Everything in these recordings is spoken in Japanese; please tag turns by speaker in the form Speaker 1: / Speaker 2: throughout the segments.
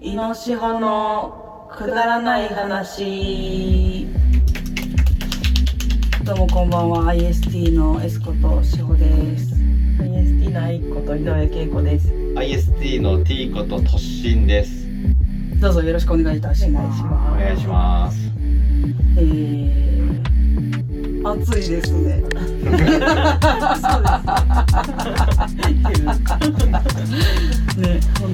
Speaker 1: イノシホのくだらない話どうもこんばんは IST のエスコとシホです
Speaker 2: IST の愛子と井上恵子です。
Speaker 3: IST の T こと突進です。
Speaker 1: どうぞよろしくお願いいたします
Speaker 2: お
Speaker 3: お願いします。
Speaker 1: えー、暑いです ねね本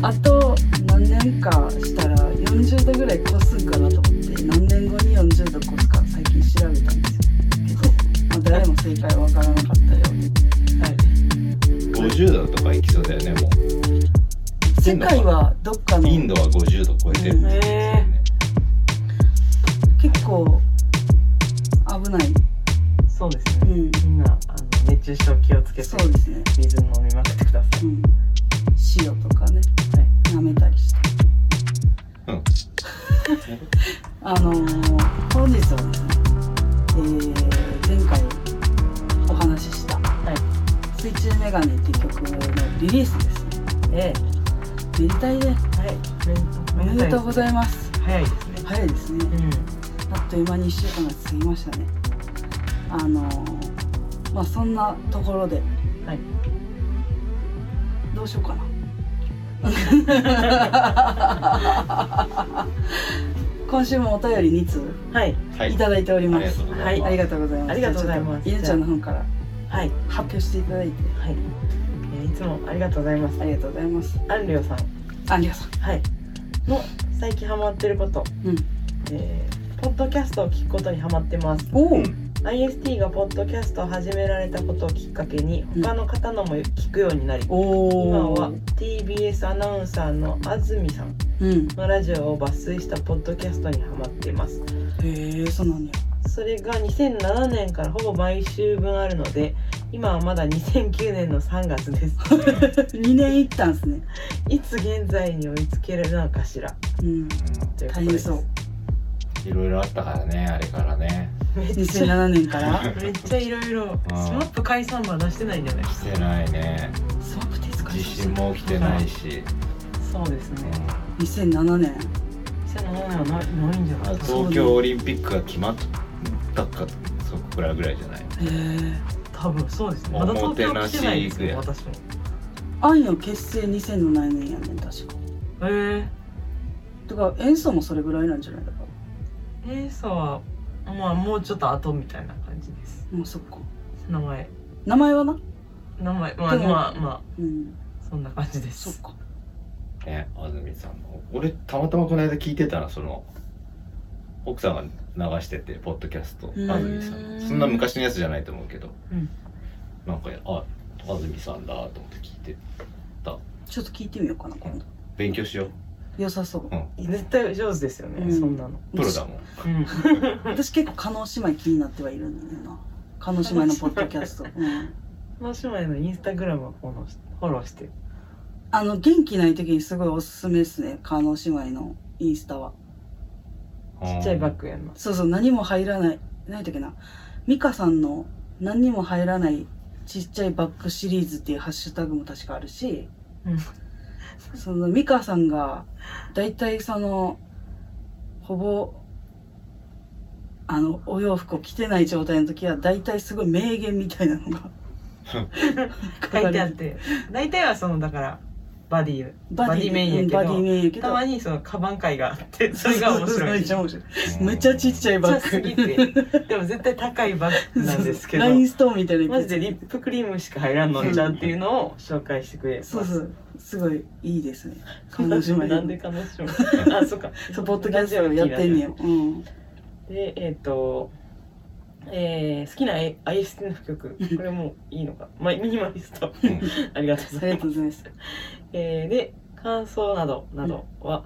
Speaker 1: 当あと何年かしたら40度ぐらい越すんかなと思って何年後に40度越すか最近調べたんですけど、まあ、誰も正解わからなかったようで
Speaker 3: 50度とか行きそうだよね、も
Speaker 1: 世界はどっか
Speaker 3: う。
Speaker 1: の
Speaker 3: インドは50度超えてるんですよね。
Speaker 1: 結構危ない、
Speaker 2: そうです
Speaker 1: う
Speaker 2: ね。
Speaker 1: ん、
Speaker 2: みんなあの熱中症気をつけて
Speaker 1: そうですね、
Speaker 2: 水飲みまくってくださ
Speaker 1: うん、塩とかね舐めたりして
Speaker 3: うん。
Speaker 1: あのー、本日はですね、えー、前回お話しした
Speaker 2: い。はい。
Speaker 1: 「水中メガネ」っていう曲のリリースですね
Speaker 2: え
Speaker 1: めでたいね
Speaker 2: えはい。
Speaker 1: おめでとうご
Speaker 2: い
Speaker 1: ざいます
Speaker 2: ます。早いですね。
Speaker 1: 早いですねあっという間に1週間が過ぎましたねあのー、まあそんなところで
Speaker 2: うん。はい。
Speaker 1: どうしよ うかな今週もお便り2通
Speaker 2: はい。
Speaker 3: はい
Speaker 1: ただいており
Speaker 3: あ
Speaker 1: ま
Speaker 3: りが
Speaker 1: す
Speaker 3: とうござ
Speaker 2: はいい
Speaker 1: あり
Speaker 3: ま
Speaker 1: がとうございます。
Speaker 2: ありがとうございます
Speaker 1: じゃあちょっとゆうちゃんの方から
Speaker 2: はい。
Speaker 1: 発表していただいて
Speaker 2: はい。えーいつもありがとうございます。
Speaker 1: ありがとうございます。
Speaker 2: アンリオさん。
Speaker 1: ありがと
Speaker 2: はい。の最近ハマってること。
Speaker 1: う。うん。
Speaker 2: えーポッドキャストを聞くことにハマってます。
Speaker 1: おお、
Speaker 3: う
Speaker 2: IST がポッドキャストを始められたことをきっかけに
Speaker 1: うん
Speaker 2: 他の方のも聞くようになり、
Speaker 1: お
Speaker 2: 今
Speaker 1: お。
Speaker 2: は TBS アナウンサーの安住さん
Speaker 1: うん。
Speaker 2: のラジオを抜粋したポッドキャストにハマっています
Speaker 1: へえ、そうなんだよ。
Speaker 2: それが2007年からほぼ毎週分あるので今はまだ2009年の3月です
Speaker 1: 二年いったんですね。
Speaker 2: いつ現在に追いつけるのかしら
Speaker 1: うん。
Speaker 2: という
Speaker 1: 大
Speaker 2: こと
Speaker 1: 変
Speaker 2: です
Speaker 1: そう。
Speaker 3: いろいろあったからね、あれからね。
Speaker 2: めっ
Speaker 1: 二
Speaker 2: ち
Speaker 1: 千
Speaker 2: ゃ
Speaker 1: 七年から。
Speaker 2: めっちゃいろいろスマップ解散版出してないんじゃないです
Speaker 3: し
Speaker 2: か
Speaker 3: てないね。
Speaker 1: スマップ手塚
Speaker 3: 地震も起きてないし。
Speaker 2: そうです
Speaker 3: う
Speaker 2: ね
Speaker 3: ん
Speaker 1: 二千七年。
Speaker 2: 2007年はないないんじゃ
Speaker 3: ま
Speaker 2: な
Speaker 3: あ
Speaker 2: いですか
Speaker 3: 東京オリンピックが決まったか、そこくらいぐらいじゃない。
Speaker 1: へえ。
Speaker 2: 多分そうですねま
Speaker 3: お
Speaker 2: だ東京来てないですね
Speaker 3: もてな
Speaker 2: 私も
Speaker 1: 愛の結成二千の年やねん確か。
Speaker 2: へえ
Speaker 1: だから演奏もそれぐらいなんじゃないだか
Speaker 2: エーサはまあもうちょっと後みたいな感じです
Speaker 1: ら。もうそっか。
Speaker 2: 名前
Speaker 1: 名前はな。
Speaker 2: 名前まあ
Speaker 1: でも
Speaker 2: まあま
Speaker 1: うん。
Speaker 2: あそんな感じで
Speaker 1: そっ
Speaker 2: す
Speaker 1: か。
Speaker 3: ね、安住さんも。俺、たまたまこの間聞いてたら、その、奥さんが流してて、ポッドキャスト、
Speaker 1: うん
Speaker 3: 安住さんの。そんな昔のやつじゃないと思うけど、
Speaker 2: うん
Speaker 3: なんか、あ、安住さんだと思って聞いて、
Speaker 1: ちょっと聞いてみようかな今度。
Speaker 3: 勉強しよう。
Speaker 1: 良さそう。
Speaker 2: 絶対上手ですよね、
Speaker 1: うん
Speaker 2: そんなの
Speaker 3: プロだもん。
Speaker 2: うん
Speaker 1: 私結構叶姉妹気になってはいるんだよな叶姉妹のポッドキ ャスト、うん、
Speaker 2: この姉妹のインスタグラムをフォローしフォローして
Speaker 1: あの元気ない時にすごいおすすめですね叶姉妹のインスタは
Speaker 2: ちっちゃいバッグやんな
Speaker 1: そうそう何も入らない何だっけな美香さんの何にも入らないちっちゃいバッグシリーズっていうハッシュタグも確かあるし、その美香さんが大体そのほぼあのお洋服を着てない状態の時は大体すごい名言みたいなの が
Speaker 2: 書いてあって大体はそのだからバディバディメインやけど
Speaker 1: バディメインやけど
Speaker 2: たまにそのカバン会があってそれが面白い
Speaker 1: そうそうそうめっちゃ面白い
Speaker 3: うん
Speaker 1: めっちゃちっちゃい
Speaker 2: ち
Speaker 1: バ
Speaker 2: っすぎ
Speaker 1: ッ
Speaker 2: てでも絶対高いバッ
Speaker 1: グ
Speaker 2: グなんですけ ど
Speaker 1: ラインストーンみたいな
Speaker 2: マジでリップクリームしか入らんのんじゃんっていうのを紹介してくれます
Speaker 1: そうそうすごいいいです ね彼
Speaker 2: な
Speaker 1: 女
Speaker 2: んで彼 女あ、そっか。
Speaker 1: そうポッドキャストやってんねよ、うん、
Speaker 2: で、えっ、と、えー、好きな IST の曲、これもういいのか。 まあ、ミニマリスト。
Speaker 3: うん
Speaker 2: ありがとうご
Speaker 1: あ
Speaker 2: ざ
Speaker 1: り
Speaker 2: い
Speaker 1: がと
Speaker 2: ます。
Speaker 1: うございます
Speaker 2: えー、で、感想など、などは、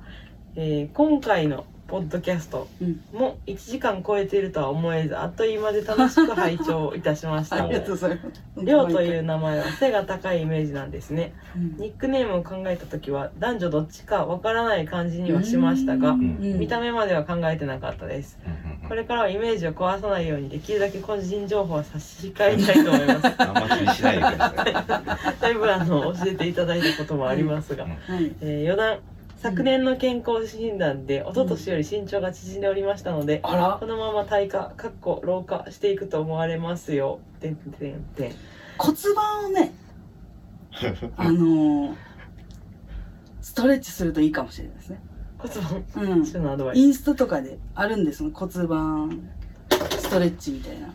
Speaker 2: えー、今回のポッドキャスト
Speaker 1: うん
Speaker 2: も1時間超えているとは思えず、あっという間で楽しく拝聴いたしま し
Speaker 1: あ
Speaker 2: た
Speaker 1: り。がとうございます
Speaker 2: りょうという
Speaker 1: う、
Speaker 2: 名前は背が高いイメージなんですね。ニックネームを考えた時は男女どっちかわからない感じにはしましたが、見た
Speaker 1: 目
Speaker 2: 目までは考えてなかったです。
Speaker 3: うんうん
Speaker 2: これからはイメージを壊さないようにできるだけ個人情報は差し控えたいと思い ます。
Speaker 3: あんま気にしないでください。
Speaker 2: だいぶあの教えていただいたこともありますが、
Speaker 3: うん
Speaker 1: はい
Speaker 2: えー余談昨年の健康診断で一昨年より身長が縮んでおりましたので、
Speaker 1: あら
Speaker 2: このまま退化かっこ老化していくと思われますよ。てんてんてん
Speaker 1: 骨盤をねあのーストレッチするといいかもしれないですね、
Speaker 2: 骨盤
Speaker 1: うん、
Speaker 2: 師匠のアドバイス。
Speaker 1: インスタとかであるんですの骨盤ストレッチみたいな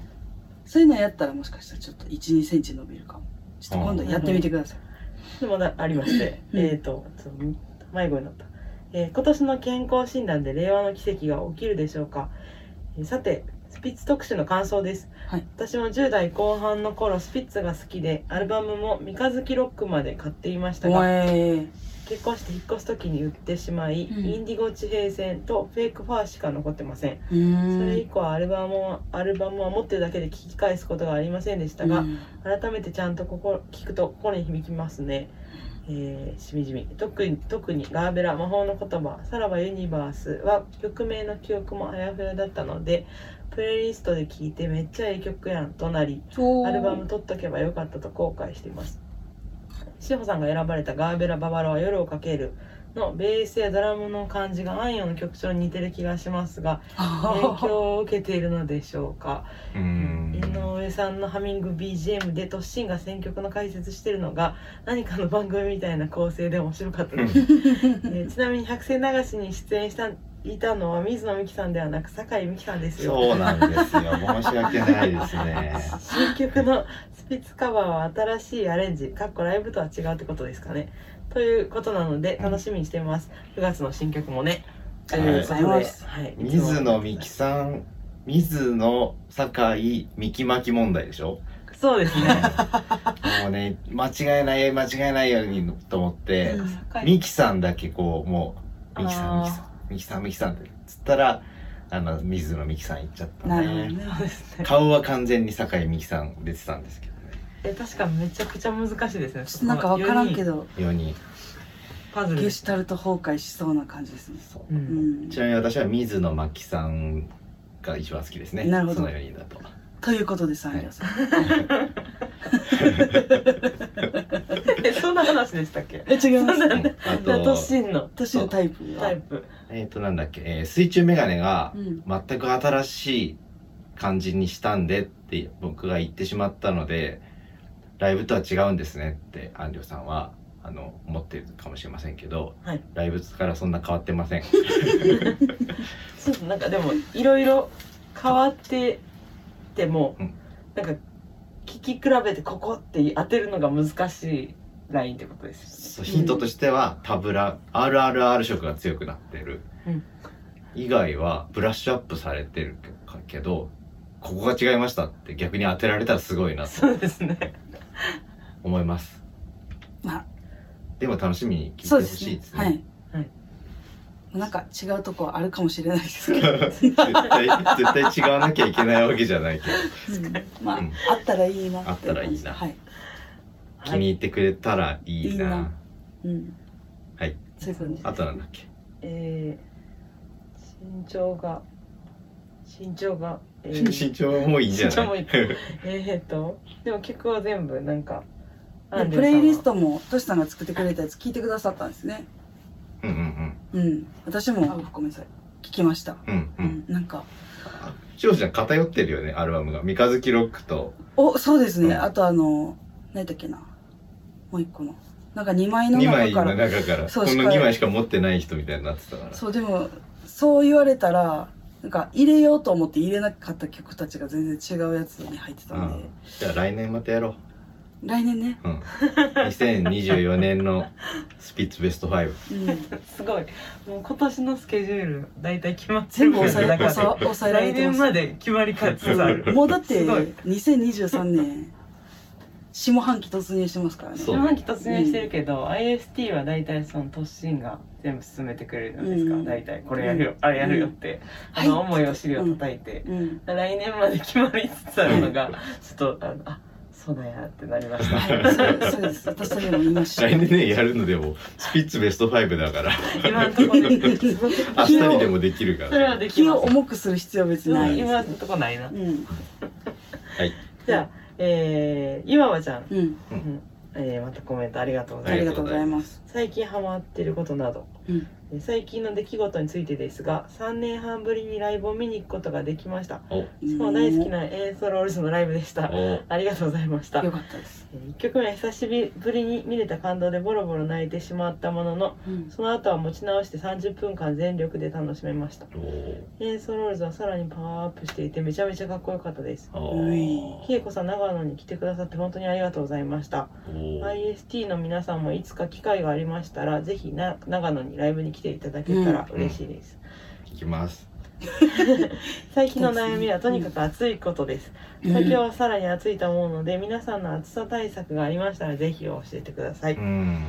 Speaker 1: そういうのやったらもしかしたらちょっと1 2センチ伸びるかもちょっと今度やってみてください
Speaker 2: でまだありまして、
Speaker 1: うん
Speaker 2: えっ、と、ちょっと迷子になった。えー今年の健康診断で令和の奇跡が起きるでしょうか。えーさて、スピッツ特集の感想です。
Speaker 1: はい
Speaker 2: 私も10代後半の頃、スピッツが好きで、アルバムも三日月ロックまで買っていました
Speaker 1: お
Speaker 2: が、
Speaker 1: え
Speaker 2: 結婚して引っ越す時に売ってしまい、
Speaker 1: うん
Speaker 2: インディゴ地平線とフェイクファーしか残ってません。
Speaker 1: ー、うーん
Speaker 2: それ以降はアルバムは、アルバムは持ってるだけで聞き返すことがありませんでしたが、
Speaker 1: うん
Speaker 2: 改めてちゃんと心聞くと心に響きますね、えーしみじみ特に特にガーベラ魔法の言葉さらばユニバースは曲名の記憶もあやふやだったのでプレイリストで聴いてめっちゃいい曲やんとなり
Speaker 1: そう
Speaker 2: アルバム取っとけばよかったと後悔しています志保さんが選ばれたガーベラババロは夜をかけるのベースやドラムの感じがアンヨの曲調に似てる気がしますが影響を受けているのでしょうか
Speaker 3: うーん
Speaker 2: 井上さんのハミング BGM でトッシンが選曲の解説してるのが何かの番組みたいな構成で面白かったです、えーちなみに「百戦流し」に出演したいたのは水野美紀さんではなく酒井美紀さんですよ
Speaker 3: そうなんですよ。申し訳ないですね。
Speaker 2: 新曲のスピッツカバーは新しいアレンジかっこライブとは違うってことですかねということなので楽しみにしてます9月の新曲もね
Speaker 1: ありがとうございます
Speaker 2: はいいつも
Speaker 3: 水野美紀さん、水野酒井美紀巻き問題でしょ。
Speaker 2: そうですね
Speaker 3: もうね、間違えない間違えないようにと思って、
Speaker 1: うん
Speaker 3: 美紀さんだけこうもう美紀さん
Speaker 2: あ
Speaker 3: 美紀さん美紀さん美紀さんってつったら、あの水野美紀さん行っちゃった
Speaker 1: なるほど
Speaker 3: ね。
Speaker 1: ね
Speaker 2: そうですね
Speaker 3: 顔は完全に酒井美紀さん出てたんですけどね。
Speaker 2: え確かめちゃくちゃ難しいですね
Speaker 1: ちょっとなんかわからんけど
Speaker 3: 4人。
Speaker 2: パズル
Speaker 1: ゲ
Speaker 2: です
Speaker 1: シュタルト崩壊しそうな感じですね
Speaker 3: そう
Speaker 1: うんん
Speaker 3: ちなみに私は水野真紀さんが一番好きですね。
Speaker 1: なるほど
Speaker 3: その4人だと。
Speaker 1: ということで三両さん
Speaker 2: え そんな話でしたっけ
Speaker 1: え違います
Speaker 2: そうなんだ
Speaker 3: あ
Speaker 2: じゃあ
Speaker 3: と
Speaker 2: 都、心の
Speaker 1: 私のタイプ
Speaker 2: タ
Speaker 1: は
Speaker 2: イプ
Speaker 3: えっ、となんだっけ、えー水中メガネが
Speaker 1: うん
Speaker 3: 全く新しい感じにしたんでって僕が言ってしまったので、ライブとは違うんですねって安良さんは。あの思ってるかもしれませんけど、
Speaker 2: はい
Speaker 3: ライブからそんな変わってませ ん。
Speaker 2: ちょっとなんかでもいろいろ変わってても、
Speaker 3: うん
Speaker 2: なんか聞き比べてここって当てるのが難しいラインってことです
Speaker 3: そうヒントとしてはタブラ RRR 色が強くなってる、
Speaker 2: うん
Speaker 3: 以外はブラッシュアップされてるけどここが違いましたって逆に当てられたらすごいなと
Speaker 2: よねそうですね
Speaker 3: 思います
Speaker 1: まあ
Speaker 3: でも楽しみに聞いて
Speaker 1: そう
Speaker 3: ほ
Speaker 1: です
Speaker 3: し
Speaker 1: ね
Speaker 3: いですね
Speaker 1: はい
Speaker 2: はい
Speaker 1: なんか違うとこはあるかもしれないですけど
Speaker 3: 絶対絶対違わなきゃいけないわけじゃないけど
Speaker 1: うんまあ
Speaker 3: うん
Speaker 1: あったらいいなて
Speaker 3: あったらいいな
Speaker 1: はい
Speaker 3: 気に入ってくれたらいいな、
Speaker 1: いいなうん
Speaker 3: はい
Speaker 1: そういう感じ
Speaker 3: あとなんだっけ
Speaker 2: えー、身長が身長が、えー、
Speaker 3: 身長もいいんじゃ
Speaker 2: 身
Speaker 3: な
Speaker 2: 長もい
Speaker 3: い
Speaker 2: いえーとでも曲は全部なんか
Speaker 1: でプレイリスト
Speaker 2: ト
Speaker 1: もトシさんが作ってくれたやつ聞いてくださったんですね
Speaker 3: うんうん
Speaker 1: うん私もあごめんなさい聞きました
Speaker 3: うんうん
Speaker 1: う
Speaker 3: う
Speaker 1: んんなんか
Speaker 3: しおちゃん偏ってるよねアルバムが三日月ロックと
Speaker 1: おそうですね
Speaker 3: うん
Speaker 1: あとあの何だっけなもう一個のなんか2枚の
Speaker 3: 2
Speaker 1: 中
Speaker 3: 枚
Speaker 1: か
Speaker 3: の
Speaker 1: ら
Speaker 3: 中から
Speaker 1: そう
Speaker 3: こ
Speaker 1: し
Speaker 3: の
Speaker 1: か
Speaker 3: 2枚しか持ってない人みたいになってたから
Speaker 1: そうでもそう言われたらなんか入れようと思って入れなかった曲たちが全然違うやつに入ってたんで、
Speaker 3: じゃあ来年またやろ
Speaker 1: 来年ね、
Speaker 3: う、うん、2024年のスピッツベスト5
Speaker 1: うん、
Speaker 2: すごいもう今年のスケジュール大体決まって
Speaker 1: 全
Speaker 2: る
Speaker 1: 部
Speaker 2: もん
Speaker 1: 抑え
Speaker 2: だから
Speaker 1: 抑え抑えられ
Speaker 2: 来
Speaker 1: て
Speaker 2: 年
Speaker 1: ま
Speaker 2: まで決まりかつつある
Speaker 1: すもうだって
Speaker 2: すごい
Speaker 1: 2023年下半期突入してますからね
Speaker 3: そう
Speaker 2: 下半期突入してるけど、IST は大体その突進が全部進めてくれるじゃないですか、
Speaker 1: うん
Speaker 2: 大体これやるよ、あれやるよって、あの
Speaker 1: はい
Speaker 2: 思いを資料叩いて、
Speaker 1: うん
Speaker 2: 来年まで決まりつつあるのがちょっとあのあそうだやってなりました
Speaker 1: はいそうそうです私たちも言いました
Speaker 3: 来年ねやるのでもスピッツベスト5だから
Speaker 2: 今のところねすごく
Speaker 3: 明日にでもできるか
Speaker 2: それ
Speaker 3: ら
Speaker 2: はでき
Speaker 1: 気
Speaker 2: ま
Speaker 1: を
Speaker 2: す
Speaker 1: 重くする必要は別にないです
Speaker 2: 今のところないな、
Speaker 1: うん
Speaker 2: じゃあえー、今はちゃん、
Speaker 1: うん
Speaker 2: うんえーまたコメントありがとうございま
Speaker 1: あ
Speaker 2: す
Speaker 1: りがとうございます
Speaker 2: 最近ハマってることなど
Speaker 1: うん
Speaker 2: えー最近の出来事についてですが3年半ぶりにライブを見に行くことができました
Speaker 3: お
Speaker 2: しかも大好きなエンソロールズのライブでした
Speaker 3: お
Speaker 2: ありがとうございました
Speaker 1: よかったです。
Speaker 2: 1曲目は久しぶりに見れた感動でボロボロ泣いてしまったものの
Speaker 1: うん
Speaker 2: その後は持ち直して30分間全力で楽しめました
Speaker 3: お
Speaker 2: エンソロールズはさらにパワーアップしていてめちゃめちゃかっこよかったです
Speaker 1: うい
Speaker 3: お
Speaker 2: ひえこさん長野に来てくださって本当にありがとうございました
Speaker 3: お
Speaker 2: IST の皆さんもいつか機会がありましたらぜひな長野にライブに来ていただけたら嬉しいです、
Speaker 3: いきます
Speaker 2: 最近の悩みはとにかく暑いことです、先はさらに暑いと思うので皆さんの暑さ対策がありましたらぜひ教えてください、
Speaker 3: うん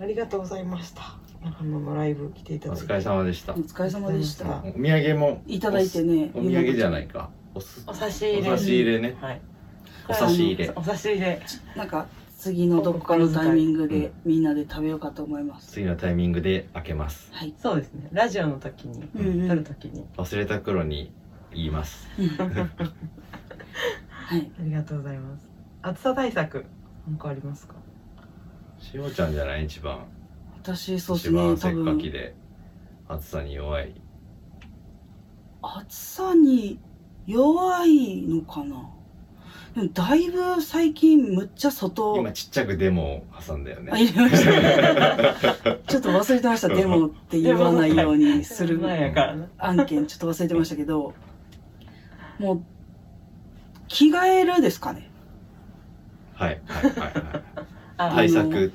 Speaker 2: ありがとうございました長野のライブ来ていた
Speaker 3: お
Speaker 2: だい
Speaker 3: 疲
Speaker 2: て
Speaker 3: れ様でした
Speaker 1: お疲れ様でし
Speaker 3: お
Speaker 1: た。
Speaker 3: お土産も
Speaker 1: いただいてね。
Speaker 3: お土産じゃないかおす
Speaker 2: お差し入れ
Speaker 3: お差し入れね
Speaker 2: はい
Speaker 3: お差し入れ
Speaker 2: お差し入れ
Speaker 1: なんか次のどっかのタイミングでみんなで食べようかと思います。
Speaker 3: 次のタイミングで開けます
Speaker 1: はい。
Speaker 2: そうですねラジオの時に
Speaker 1: うんうん
Speaker 2: 撮る時に
Speaker 3: 忘れた頃に言います
Speaker 1: うんはい。
Speaker 2: ありがとうございます。暑さ対策、なんかありますか。
Speaker 3: しおちゃんじゃない一番
Speaker 1: 私そうで
Speaker 3: 一
Speaker 1: すね
Speaker 3: 番
Speaker 1: 多
Speaker 3: せっかき
Speaker 1: 分
Speaker 3: で暑さに弱い
Speaker 1: 暑さに弱いのかな。でもだいぶ最近むっちゃ外
Speaker 3: 今ちっちゃくデモを挟んだよ
Speaker 1: あ
Speaker 3: ね
Speaker 1: 入れました。 ちょっと忘れてました。でもって言わないようにする
Speaker 2: 前やからな。
Speaker 1: 案件ちょっと忘れてましたけど、もう着替えるですかね。
Speaker 3: はいはいはいはい
Speaker 2: あ
Speaker 3: 対策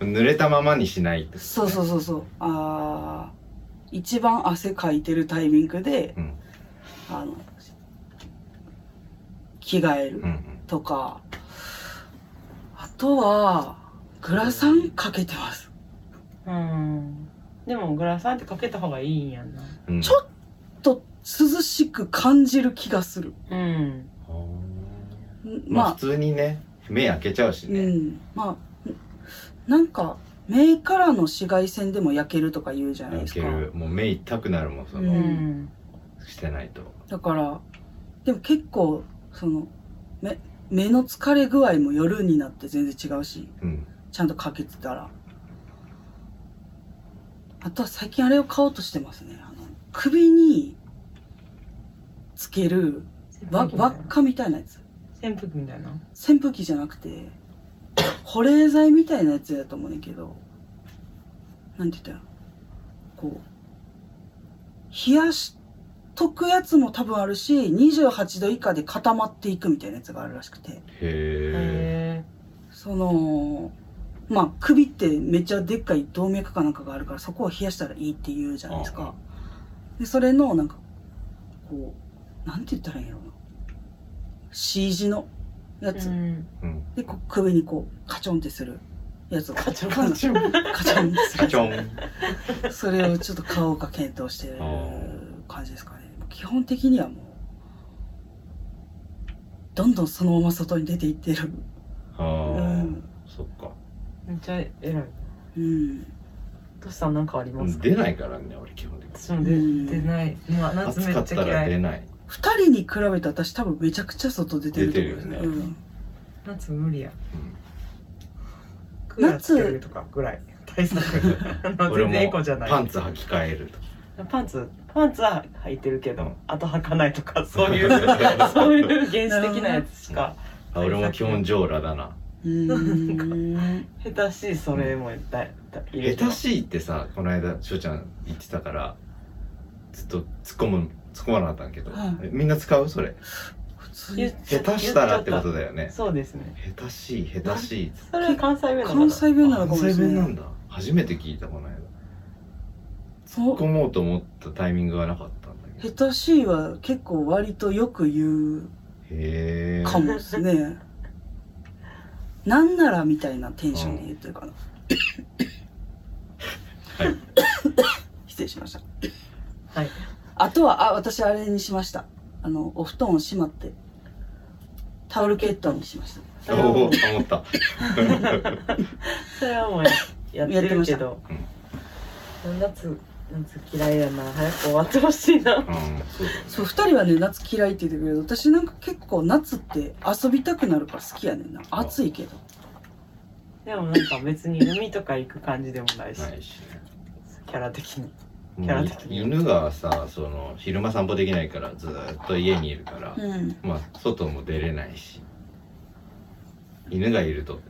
Speaker 3: 濡れたままにしないってことね
Speaker 1: そうそうそうそう。ああ、一番汗かいてるタイミングで、
Speaker 3: うん
Speaker 1: あの、着替える
Speaker 3: うんうん
Speaker 1: とか、あとは、グラサンかけてます。
Speaker 2: うん。でも、グラサンってかけた方がいいんやんな。
Speaker 3: うん
Speaker 1: ちょと、涼しく感じる気がする。
Speaker 2: うん。
Speaker 1: ん
Speaker 3: まあ
Speaker 1: まあ
Speaker 3: 普、通にね目開けちゃうし
Speaker 1: う
Speaker 3: ね
Speaker 1: ん。まあ、なんか、目からの紫外線でも焼けるとか言うじゃない
Speaker 3: 開
Speaker 1: です
Speaker 3: け
Speaker 1: か。
Speaker 3: るもう目痛くなるもんそう
Speaker 2: う
Speaker 3: の
Speaker 2: ん。
Speaker 3: してないと
Speaker 1: だからでも結構その目目の疲れ具合も夜になって全然違うし
Speaker 3: うん
Speaker 1: ちゃんとかけてたらあとは最近あれを買おうとしてますねあの首につけるわ輪っかみたいなやつ
Speaker 2: 扇風機みたいな。
Speaker 1: 扇風機じゃなくて保冷剤みたいなやつだと思うねんけどなんて言ったらこう冷やしとくやつも多分あるし28度以下で固まっていくみたいなやつがあるらしくて
Speaker 3: へ
Speaker 2: へ
Speaker 3: え
Speaker 1: そのまあ首ってめっちゃでっかい動脈かなんかがあるからそこを冷やしたらいいって言うじゃないですかでそれのなんかこうなんて言ったらいいんやろうな C 字のや
Speaker 2: え。
Speaker 1: つ、
Speaker 2: うん。
Speaker 3: うん
Speaker 1: でこう首にこうカチョンってするやつを
Speaker 2: カチョン
Speaker 1: カチョンカチョンってするや
Speaker 3: カチ
Speaker 1: つ
Speaker 3: ョン
Speaker 1: それをちょっと買おうか検討してる感じですかね基本的にはもうどんどんそのまま外に出ていってるう
Speaker 3: あ
Speaker 1: ん、
Speaker 3: あそっか
Speaker 2: めっちゃ偉い。
Speaker 1: うん、
Speaker 2: としさん、なんかありますか。
Speaker 3: 出ないからね俺基本的に
Speaker 2: 私も出、
Speaker 1: うん
Speaker 2: 出ない。まあ、夏
Speaker 3: 暑
Speaker 2: め
Speaker 3: か
Speaker 2: っ
Speaker 3: っ
Speaker 2: ち
Speaker 3: た
Speaker 2: ゃ
Speaker 3: ら
Speaker 2: 嫌
Speaker 3: 出
Speaker 2: い。
Speaker 3: ない
Speaker 1: 2人に比べて私多分めちゃくちゃ外出てると思う
Speaker 3: 出てるよね
Speaker 1: うん、
Speaker 2: 夏無理や。
Speaker 3: うん
Speaker 2: クーラーつけるとかぐらい。対策。あの
Speaker 3: 俺
Speaker 2: 全
Speaker 3: も
Speaker 2: 然エコじゃない。
Speaker 3: パンツ履き替えるとか
Speaker 2: パンツパンツは履いてるけ
Speaker 3: う
Speaker 2: ど
Speaker 3: ん
Speaker 2: あと履かないと かそういうそういう原始的なやつしか
Speaker 3: あ俺も基本ジョーラだな
Speaker 1: うん
Speaker 2: 下手しいそれもだだ入れ
Speaker 3: 下手しいってさこの間しょうちゃん言ってたからずっと突っ込む突っ込まなかったんだけど、
Speaker 1: はい
Speaker 3: みんな使うそれ
Speaker 1: 普通
Speaker 2: 言
Speaker 1: に
Speaker 2: っ
Speaker 3: 下手したらってこと
Speaker 2: 言
Speaker 3: だよ
Speaker 2: ちゃった
Speaker 3: ね
Speaker 2: そうですね
Speaker 3: 下手しい下手しいって
Speaker 2: それは関西弁なのかな
Speaker 1: 関西弁なのか
Speaker 3: 関
Speaker 1: もしれ
Speaker 3: 西弁な
Speaker 1: ない
Speaker 3: んだ初めて聞いたこの間
Speaker 1: そ
Speaker 3: 突っ込もうと思ったタイミングがなかったんだけど
Speaker 1: 下手しいは結構割とよく言う
Speaker 3: へえ
Speaker 1: かもですね。なんならみたいなテンションで言ってるかな。
Speaker 3: はい
Speaker 1: 失礼しました。
Speaker 2: はい
Speaker 1: あとは、あ、私あれにしました。あの、お布団をしまって、タオルケットにしました。
Speaker 2: それは
Speaker 3: お
Speaker 2: も
Speaker 3: お
Speaker 2: う
Speaker 3: と思った
Speaker 2: それはもうややってるけど
Speaker 3: やって
Speaker 2: 夏夏嫌いだな早く終わってほしいな
Speaker 3: うんそうだね
Speaker 1: そう、二人はね、夏嫌いって言ってくれるけど、私なんか結構夏って遊びたくなるから好きやねんな。暑いけど。
Speaker 2: でもなんか別に海とか行く感じでもないし、
Speaker 3: ないしね
Speaker 2: キャラ的に
Speaker 3: もう
Speaker 2: キャラ的に
Speaker 3: 犬がさその昼間散歩できないからずーっと家にいるから、
Speaker 1: うん
Speaker 3: まあ外も出れないし犬がいると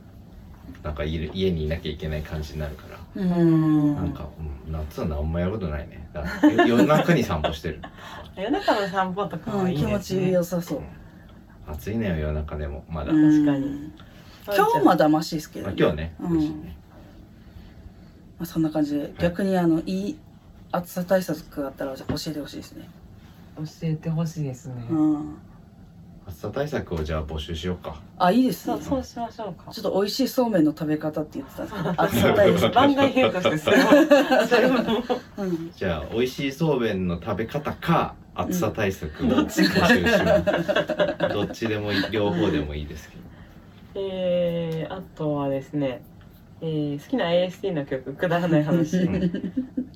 Speaker 3: なんかいる家にいなきゃいけない感じになるから、
Speaker 1: う
Speaker 3: なん
Speaker 1: ん
Speaker 3: か、うん、夏は何もやることないねだから夜中に散歩してる
Speaker 2: 夜中の散歩とか
Speaker 1: う
Speaker 2: は
Speaker 1: ん
Speaker 2: いい
Speaker 1: 気持
Speaker 2: です
Speaker 1: ち
Speaker 2: ね、
Speaker 1: 良さ そう
Speaker 3: 暑いねよ夜中でもまだ、
Speaker 1: うん
Speaker 2: 確かに
Speaker 1: 今日まだマシですけど
Speaker 3: まあ、
Speaker 1: ね
Speaker 3: 今日ね、
Speaker 1: うん
Speaker 3: 美味しいね
Speaker 1: まあ、そんな感じで逆にあのいい暑さ対策があったら教えてほしいですね
Speaker 2: 教えてほしいですね、
Speaker 1: うん
Speaker 3: 暑さ対策をじゃあ募集しようか
Speaker 1: あいいです
Speaker 2: そ
Speaker 1: ね
Speaker 2: うそうしましょうか
Speaker 1: ちょっと美味しいそうめんの食べ方って言ってたんですけ ど暑さ対策
Speaker 2: 番外編としてそれも それも
Speaker 1: うん
Speaker 3: じゃあ美味しいそうめんの食べ方か暑さ対策を
Speaker 2: ど
Speaker 3: 募
Speaker 2: っ
Speaker 3: 集
Speaker 2: ち
Speaker 3: し
Speaker 2: か
Speaker 3: ます、 どっちでもいい両方でもいいですけど
Speaker 2: えー、あとはですね、えー、好きな AST の曲「くだらない話」こ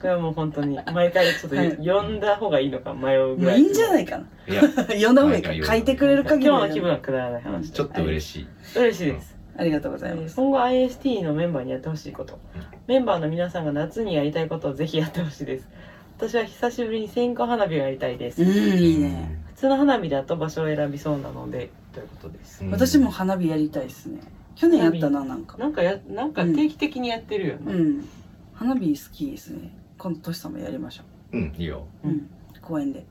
Speaker 2: れはもう本当に毎回ちょっと
Speaker 1: はい
Speaker 2: 呼んだ方がいいのか迷うぐ
Speaker 1: もう
Speaker 2: ら
Speaker 1: い
Speaker 2: い
Speaker 1: いんじゃないかな
Speaker 3: いや
Speaker 1: 世の上が書いてくれる
Speaker 2: 今
Speaker 1: 限
Speaker 2: 日
Speaker 1: り
Speaker 2: の
Speaker 1: は
Speaker 2: 気分はくだらない話
Speaker 3: ちょっと嬉しい、
Speaker 2: 嬉しいです
Speaker 1: ありがとうございます
Speaker 2: 今後 IST のメンバーにやってほしいこと
Speaker 3: うん
Speaker 2: メンバーの皆さんが夏にやりたいことをぜひやってほしいです私は久しぶりに線香花火をやりたいです、
Speaker 1: うんいいね
Speaker 3: ね、
Speaker 2: 普通の花火だと場所を選びそうなのでということです、
Speaker 3: うん
Speaker 1: 私も花火やりたいですね去年やったななんか
Speaker 2: なんかやなんか定期的にやってるよ
Speaker 1: う
Speaker 2: ね、
Speaker 1: ん花火好きですね今度トシさんもやりましょ
Speaker 3: うんいいよ
Speaker 1: う、うん、公園で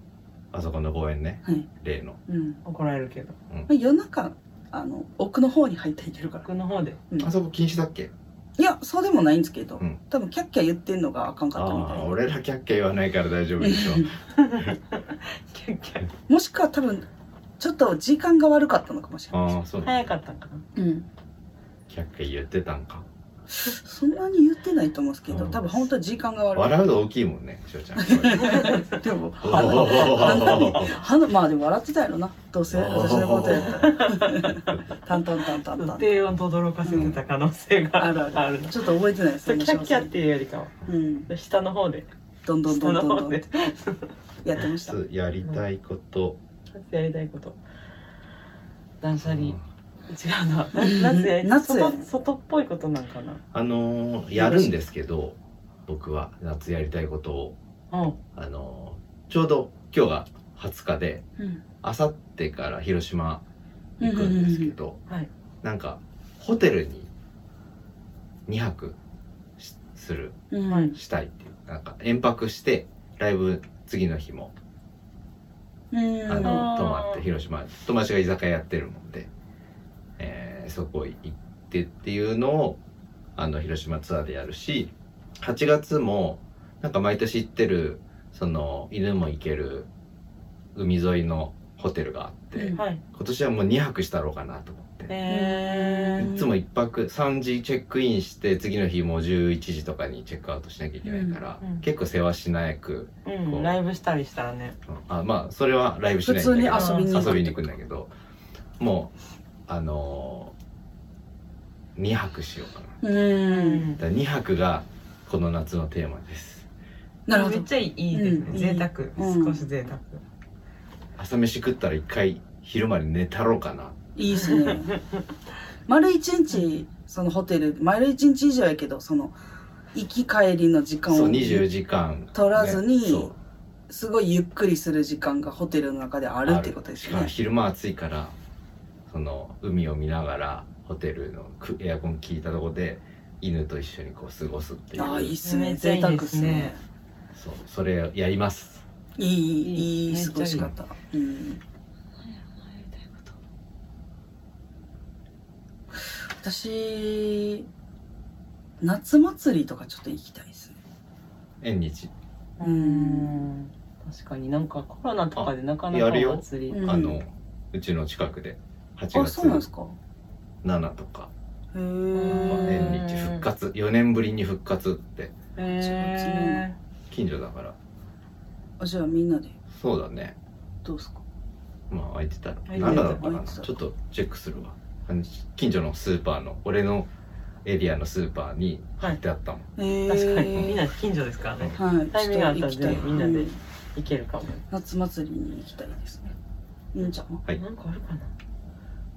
Speaker 3: あそこの公園ね
Speaker 1: はい
Speaker 3: 例の
Speaker 1: うん
Speaker 2: 怒られるけど
Speaker 1: まあ、夜中あの奥の方に入っていけるから
Speaker 2: 僕の方で
Speaker 3: あそこ禁止だっけ
Speaker 1: いやそうでもないんですけど、
Speaker 3: うん
Speaker 1: 多分キャッキャ言ってんのがあかんかったみた
Speaker 3: ああ
Speaker 1: い
Speaker 3: 俺らキャッキャ言わないから大丈夫 でしょ
Speaker 2: キャッキャ
Speaker 1: もしくは多分ちょっと時間が悪かったのかもしれない
Speaker 3: ああそう
Speaker 2: 早かったんかな
Speaker 1: うん、
Speaker 3: キャッキャ言ってたんか
Speaker 1: そんなに言ってないと思うんですけど、
Speaker 3: うん
Speaker 1: 多分本当に時間が悪
Speaker 3: 笑うの大きいもんねしょうちゃんお
Speaker 1: い でも
Speaker 3: ー
Speaker 1: 花火花まあでも笑ってたやろなどうせ私のことやったらタンタンタンタンタン
Speaker 2: 低音と驚かせてた可能性
Speaker 1: あ
Speaker 2: があ
Speaker 1: る
Speaker 2: る
Speaker 1: あるちょっと覚えてないです
Speaker 2: それ
Speaker 1: ね
Speaker 2: キャッキャっていうよりかは
Speaker 1: うん
Speaker 2: 下の方で
Speaker 1: どんどんど
Speaker 2: 下
Speaker 1: ん
Speaker 2: の
Speaker 1: どんど
Speaker 2: 方
Speaker 1: ん
Speaker 2: で
Speaker 1: やってました
Speaker 3: そうやりたいこと
Speaker 2: やりたいこと断捨離違
Speaker 3: うん
Speaker 2: うな
Speaker 1: うん
Speaker 2: 夏やり
Speaker 1: 夏や
Speaker 2: 外外っぽいことなんかな
Speaker 3: あのーやるんですけど僕は夏やりたいことを
Speaker 2: うん
Speaker 3: あのーちょうど今日が20日で
Speaker 1: うん
Speaker 3: あさってから広島行くんですけど、
Speaker 2: うんうんうんはい
Speaker 3: なんかホテルに2泊しする
Speaker 1: うん
Speaker 2: はい
Speaker 3: したいっていうなんか延泊してライブ次の日も
Speaker 1: うん
Speaker 3: あ
Speaker 2: う
Speaker 3: の
Speaker 2: ん
Speaker 3: 泊まって広島友達が居酒屋やってるもんで、えーそこ行ってっていうのをあの広島ツアーでやるし8月もなんか毎年行ってるその犬も行ける海沿いのホテルがあって、
Speaker 1: うん
Speaker 2: はい
Speaker 3: 今年はもう2泊したろうかなと思って。
Speaker 2: え
Speaker 1: うん
Speaker 3: いつも1泊3時チェックインして次の日もう11時とかにチェックアウトしなきゃいけないから、
Speaker 2: うんうん
Speaker 3: 結構世話しなく
Speaker 2: ーうんライブしたりしたらね
Speaker 3: あまあそれはライブし
Speaker 1: 普
Speaker 3: ないんだ
Speaker 1: 通
Speaker 3: け
Speaker 1: に遊びに
Speaker 3: ど
Speaker 1: 行く
Speaker 3: 遊びに行くんだけどもうあのー、2泊しようかな
Speaker 1: う
Speaker 2: うん
Speaker 3: だ2泊がこの夏のテーマです
Speaker 1: なるほ
Speaker 2: めっ
Speaker 1: ど
Speaker 2: ちゃいいです
Speaker 1: うん
Speaker 2: ね贅沢
Speaker 1: うん
Speaker 2: 少し贅沢
Speaker 3: 朝飯食ったら一回昼まで寝たろうかない
Speaker 1: いですね丸一日そのホテル丸一日以上やけどその行き帰りの時間
Speaker 3: そう
Speaker 1: を
Speaker 3: 24時間
Speaker 1: 取らずに
Speaker 3: そう
Speaker 1: すごいゆっくりする時間がホテルの中であるってことです
Speaker 3: しかも
Speaker 1: ね
Speaker 3: 昼間暑いからその海を見ながらホテルのくエアコン効いたとこで犬と一緒にこう過ごすっていう
Speaker 1: ああいいっす
Speaker 2: め
Speaker 1: ね
Speaker 2: っちゃい
Speaker 1: 贅
Speaker 2: い
Speaker 1: 沢っ
Speaker 2: ですす
Speaker 1: ね
Speaker 2: ね
Speaker 3: そうそれをやります
Speaker 1: いいいいい
Speaker 2: いい
Speaker 1: い過ごし方うん私夏祭りとかちょっと行きたいですね
Speaker 3: 縁日
Speaker 1: う
Speaker 2: うんん確かになんかコロナとかでなかな
Speaker 3: あ
Speaker 2: か
Speaker 3: やるよ
Speaker 2: お祭り
Speaker 1: うん
Speaker 3: あのうちの近くで8
Speaker 1: あそうなんで
Speaker 3: 月
Speaker 1: すか
Speaker 3: 7とか
Speaker 1: へ
Speaker 2: うん
Speaker 1: え
Speaker 3: 縁日復活4年ぶりに復活って
Speaker 2: へ
Speaker 3: 近所だから
Speaker 1: じゃあみんなで
Speaker 3: そうだね
Speaker 1: どうですか
Speaker 3: まあ空いてたら
Speaker 2: 空いてた
Speaker 3: 7だったかな
Speaker 1: 空いてた
Speaker 3: ちょっとチェックするわあの近所のスーパーの俺のエリアのスーパーに貼ってあったもん、
Speaker 1: え
Speaker 2: ー確かにみんな近所ですからね
Speaker 1: はい、
Speaker 2: タイミングあったら
Speaker 1: ちょと行きい
Speaker 2: みんなで
Speaker 1: う
Speaker 2: 行けるかも
Speaker 1: 夏祭りに行きたいですね。いいんちゃう
Speaker 3: はい
Speaker 2: なんかあるかな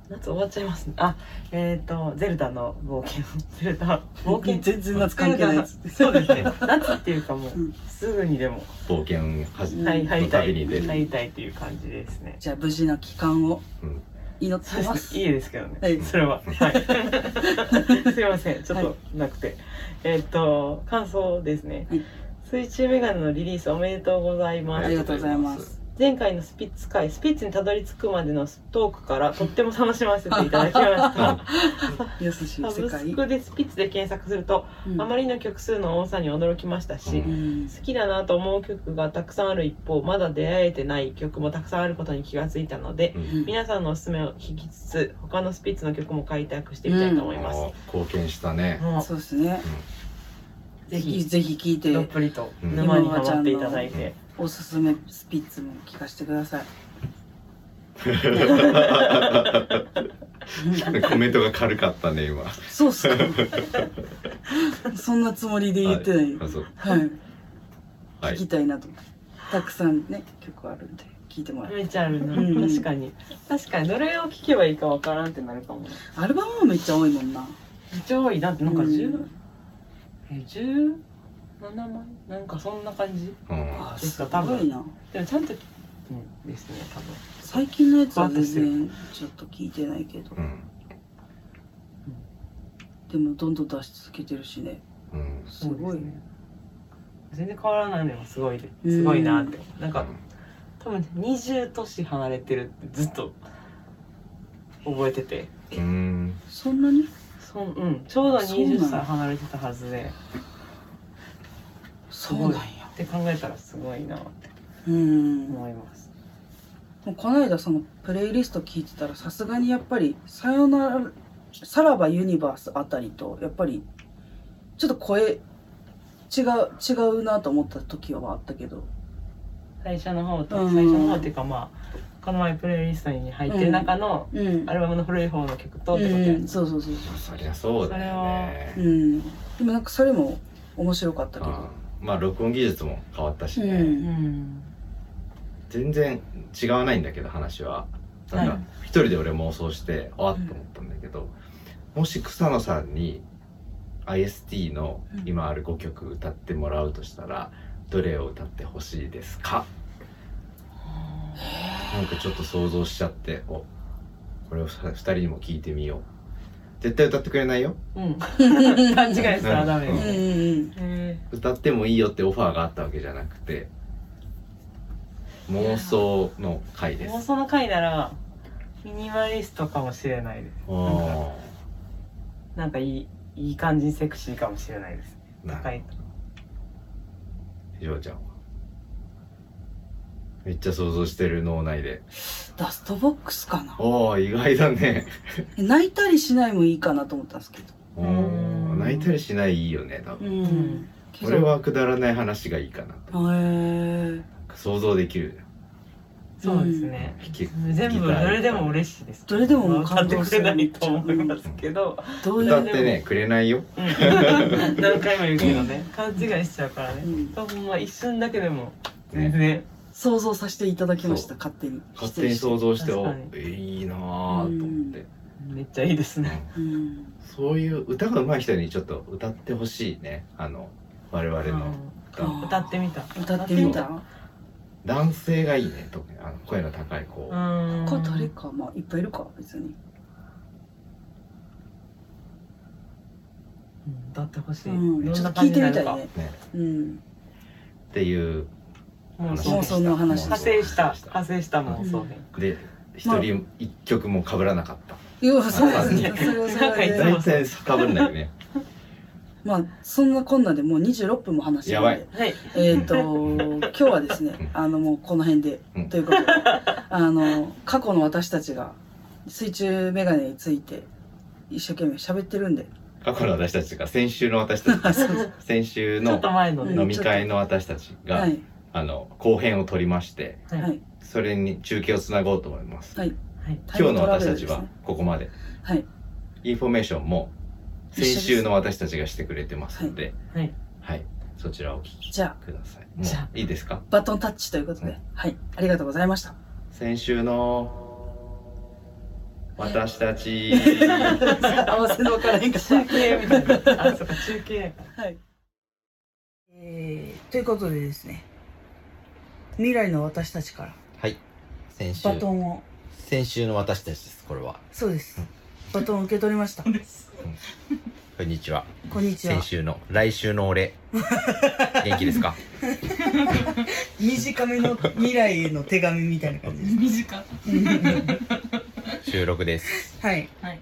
Speaker 2: 夏終わっちゃいますね。あ、えっ、と、ゼルダの冒険。 ゼルダ、冒 険。
Speaker 1: 全然夏関係ないや つ。
Speaker 2: そうですね。夏っていうかもう、
Speaker 1: うん
Speaker 2: すぐにでも、
Speaker 3: 冒険始
Speaker 1: うん
Speaker 3: め
Speaker 2: はい、入りたい。
Speaker 3: の旅に出る
Speaker 2: 入りたいっていう感じですね。
Speaker 1: じゃあ無事の帰還を
Speaker 3: うん
Speaker 1: 祈っ
Speaker 2: そう
Speaker 1: て
Speaker 2: で
Speaker 1: ますす。
Speaker 2: ね。いいですけどね。
Speaker 1: はい
Speaker 2: それ は。はい。 すいません。ちょっ
Speaker 1: は
Speaker 2: となくて。えっ、と、感想ですね。
Speaker 1: はい
Speaker 2: 水中メガネのリリースおめでとうございます
Speaker 1: あり。がとうございます。
Speaker 2: 前回のスピッツ会スピッツにたどり着くまでのトークからとっても楽しませていただきまし た
Speaker 3: あ
Speaker 1: 優しい
Speaker 2: サ
Speaker 1: 世
Speaker 2: ブ
Speaker 1: 界。
Speaker 2: スクでスピッツで検索すると、
Speaker 1: うん
Speaker 2: あまりの曲数の多さに驚きましたし、
Speaker 3: う
Speaker 1: うんん
Speaker 2: 好きだなと思う曲がたくさんある一方まだ出会えてない曲もたくさんあることに気がついたので、
Speaker 3: うん
Speaker 2: 皆さんのおすすめを聞きつつ他のスピッツの曲も開拓していきたいと思います、
Speaker 3: あ貢献したね。
Speaker 2: も
Speaker 1: そうですね。
Speaker 2: う
Speaker 1: ぜ
Speaker 2: ぜ
Speaker 1: ひ
Speaker 2: ひ
Speaker 1: ぜひ聞いて
Speaker 2: どっぷりと
Speaker 3: うん
Speaker 2: 沼にハマっていただいて、
Speaker 1: おすすめスピッツも聞かせてください。
Speaker 3: コメントが軽かったね今。
Speaker 1: そうっすか。そんなつもりで言ってない。
Speaker 3: あそう
Speaker 1: はい。
Speaker 3: は
Speaker 1: 聞
Speaker 3: い
Speaker 1: き。たいなと思って。たくさんね曲あるんで聞いてもらう。
Speaker 2: めっちゃあるな、
Speaker 1: うん
Speaker 2: 確かに確かにどれを聴けばいいかわからんってなるかも
Speaker 1: アルバムもめっちゃ多いもんな。
Speaker 2: めっちゃ多いなってなんか
Speaker 1: うん
Speaker 2: 10、え17枚なんかそんな感じ
Speaker 3: うん
Speaker 1: あ
Speaker 2: です
Speaker 1: す
Speaker 2: か多分
Speaker 1: ごいな。
Speaker 2: でもちゃんと、うん、ですね多分
Speaker 1: 最近のやつは全然ちょっと聞いてないけど
Speaker 3: う、ん
Speaker 1: でもどんどん出し続けてるしね。
Speaker 3: うん
Speaker 1: すごい。
Speaker 2: そうですね全然変わらないのがすごいで
Speaker 1: うん
Speaker 2: すごいなって、なんか多分20年離れてるってずっと覚えてて
Speaker 3: うん
Speaker 1: そんなに
Speaker 2: そん、うん、ちょうど
Speaker 1: そうなんや
Speaker 2: 20歳離れてたはずで
Speaker 1: そうなんや。
Speaker 2: って考えたらすごいなって
Speaker 1: うん。
Speaker 2: 思います、
Speaker 1: もうこの間そのプレイリスト聞いてたらさすがにやっぱり「さよなら」「さらばユニバース」あたりとやっぱりちょっと声違う違うなと思った時はあったけど
Speaker 2: 最初の方と
Speaker 1: うん
Speaker 2: 最初の方っていうかまあこの前プレイリストに入ってる中の
Speaker 1: うん
Speaker 2: アルバムの古い方の曲とってことや
Speaker 1: うん、そうそうそうそ
Speaker 3: そりゃそうだよ
Speaker 1: う
Speaker 3: ね。
Speaker 1: うんでもなんかそれも面白かったけ
Speaker 3: あ
Speaker 1: ど
Speaker 3: まあ録音技術も変わったし
Speaker 1: う
Speaker 3: ね。
Speaker 2: うんん
Speaker 3: 全然違わないんだけど話は。なん
Speaker 2: は
Speaker 3: か
Speaker 2: い
Speaker 3: 一人で俺妄想してあっと思ったんだけど、もし草野さんに IST の今ある5曲歌ってもらうとしたら、どれを歌ってほしいですかなんかちょっと想像しちゃっておこれを2人にも聞いてみよう絶対歌ってくれないよ
Speaker 2: うん
Speaker 1: う ん
Speaker 2: 勘違いしたらダメ
Speaker 3: う
Speaker 2: で
Speaker 3: ん
Speaker 1: うん
Speaker 2: す
Speaker 1: う
Speaker 2: ね
Speaker 1: ん
Speaker 2: へ
Speaker 3: 歌ってもいいよってオファーがあったわけじゃなくて妄想の回
Speaker 2: え
Speaker 3: で
Speaker 2: もう
Speaker 3: す
Speaker 2: その回ならミニマリストかもしれないです
Speaker 3: あ
Speaker 2: なんかいいいい感じにセクシーかもしれないです
Speaker 3: ーな
Speaker 2: 高い
Speaker 3: ひろちゃんはめっちゃ想像してる脳内で
Speaker 1: ダストボックスかな
Speaker 3: おー意外だね
Speaker 1: 泣いたりしないもいいかなと思ったんですけど
Speaker 3: お
Speaker 2: う
Speaker 3: ー
Speaker 2: ん
Speaker 3: 泣いたりしないいいよね多
Speaker 1: う
Speaker 3: 分
Speaker 1: んけど
Speaker 3: 俺はくだらない話がいいかな
Speaker 1: へー
Speaker 3: 想像できる
Speaker 2: そうですね
Speaker 3: うん聞き
Speaker 2: 全部どれでも嬉しいです
Speaker 1: どれでも
Speaker 2: 買
Speaker 1: 感
Speaker 2: って
Speaker 1: 動
Speaker 2: く
Speaker 1: す
Speaker 2: れ
Speaker 1: る
Speaker 2: ないと思いますけど、
Speaker 1: どうい
Speaker 3: 歌
Speaker 1: う
Speaker 3: っ、てねくれないよ
Speaker 2: うん 何回も言うけどね勘違いしちゃうから
Speaker 1: う
Speaker 2: ね
Speaker 1: ん、
Speaker 2: ほんま一瞬だけでも全
Speaker 3: ね
Speaker 2: 然
Speaker 1: 想像させていただきました
Speaker 3: そう
Speaker 1: 勝手に
Speaker 3: 勝手に想像して
Speaker 2: 確
Speaker 3: お
Speaker 2: かに
Speaker 3: えいいなぁと思って
Speaker 2: めっちゃいいですね
Speaker 1: うん
Speaker 3: そういう歌が上手い人にちょっと歌ってほしいねあの我々の歌
Speaker 1: うん
Speaker 2: 歌ってみた
Speaker 1: 歌ってみた
Speaker 3: 男性がいいね特にあの声の高い子
Speaker 2: うん
Speaker 1: 他誰かまあいっぱいいるか別に
Speaker 2: うん歌ってほしい、
Speaker 1: うん
Speaker 2: ど
Speaker 1: ち
Speaker 2: ん
Speaker 1: ょ
Speaker 2: な
Speaker 1: っと聞
Speaker 2: 感
Speaker 1: い
Speaker 2: じ
Speaker 1: て
Speaker 2: にな
Speaker 1: み
Speaker 2: る
Speaker 1: たい
Speaker 2: か
Speaker 1: ね
Speaker 3: ね
Speaker 1: うん
Speaker 3: っていう
Speaker 2: もう
Speaker 3: 話
Speaker 2: そ
Speaker 1: 妄
Speaker 2: うね
Speaker 1: 想の話
Speaker 2: 派生した派生した妄想ね、
Speaker 3: で一人一曲も被らなかった
Speaker 1: いやそうですね
Speaker 3: あ
Speaker 1: それはそ
Speaker 2: なんか
Speaker 1: れ
Speaker 2: い つ
Speaker 1: で
Speaker 2: も
Speaker 3: 大体被んないよね
Speaker 1: まあそんなこんなでもう26分も話してるんで
Speaker 3: やばい
Speaker 2: はい
Speaker 1: えっ、と今日はですねあのもうこの辺で、
Speaker 3: うん
Speaker 1: ということであの過去の私たちが水中メガネについて一生懸命喋ってるんで
Speaker 3: 過去の私たちが先週の私たち
Speaker 1: あ そう
Speaker 3: 先週
Speaker 2: ちょっ
Speaker 3: の
Speaker 2: と前のね、
Speaker 1: うん
Speaker 3: 飲み会の私たちが、
Speaker 1: はい
Speaker 3: あの後編を撮りまして
Speaker 2: はい
Speaker 1: はい
Speaker 3: それに中継をつなごうと思います、
Speaker 1: はい
Speaker 2: はい
Speaker 1: タイム
Speaker 3: 今日の
Speaker 1: トラベ
Speaker 3: 私
Speaker 1: ル
Speaker 3: た
Speaker 1: で
Speaker 3: ち
Speaker 1: す
Speaker 3: は
Speaker 1: ね
Speaker 3: ここまで
Speaker 1: はい
Speaker 3: インフォメーションも先週の私たちがしてくれてますので
Speaker 2: はいはい
Speaker 3: はいそちらをお聞き
Speaker 1: じゃあ
Speaker 3: ください
Speaker 2: じゃあ
Speaker 3: もういいですか
Speaker 1: バトンタッチということで、
Speaker 3: うん
Speaker 1: はい、ありがとうございました。
Speaker 3: 先週の
Speaker 4: 私た ち
Speaker 5: 合わせの分からへんか
Speaker 2: 中継みたいな。あ、そうか、中継。
Speaker 5: ら。はい。
Speaker 1: えーということでですね未来の私たちから
Speaker 3: はい先週
Speaker 1: バトンを
Speaker 3: 先週の私たちですこれは
Speaker 1: そうですバトンを受け取りました
Speaker 3: こんにちは
Speaker 1: こんにちは
Speaker 3: 先週の来週の俺元気ですか
Speaker 1: 短めの未来への手紙みたいな感じです
Speaker 6: 短
Speaker 3: 収録です
Speaker 1: はい、
Speaker 6: はい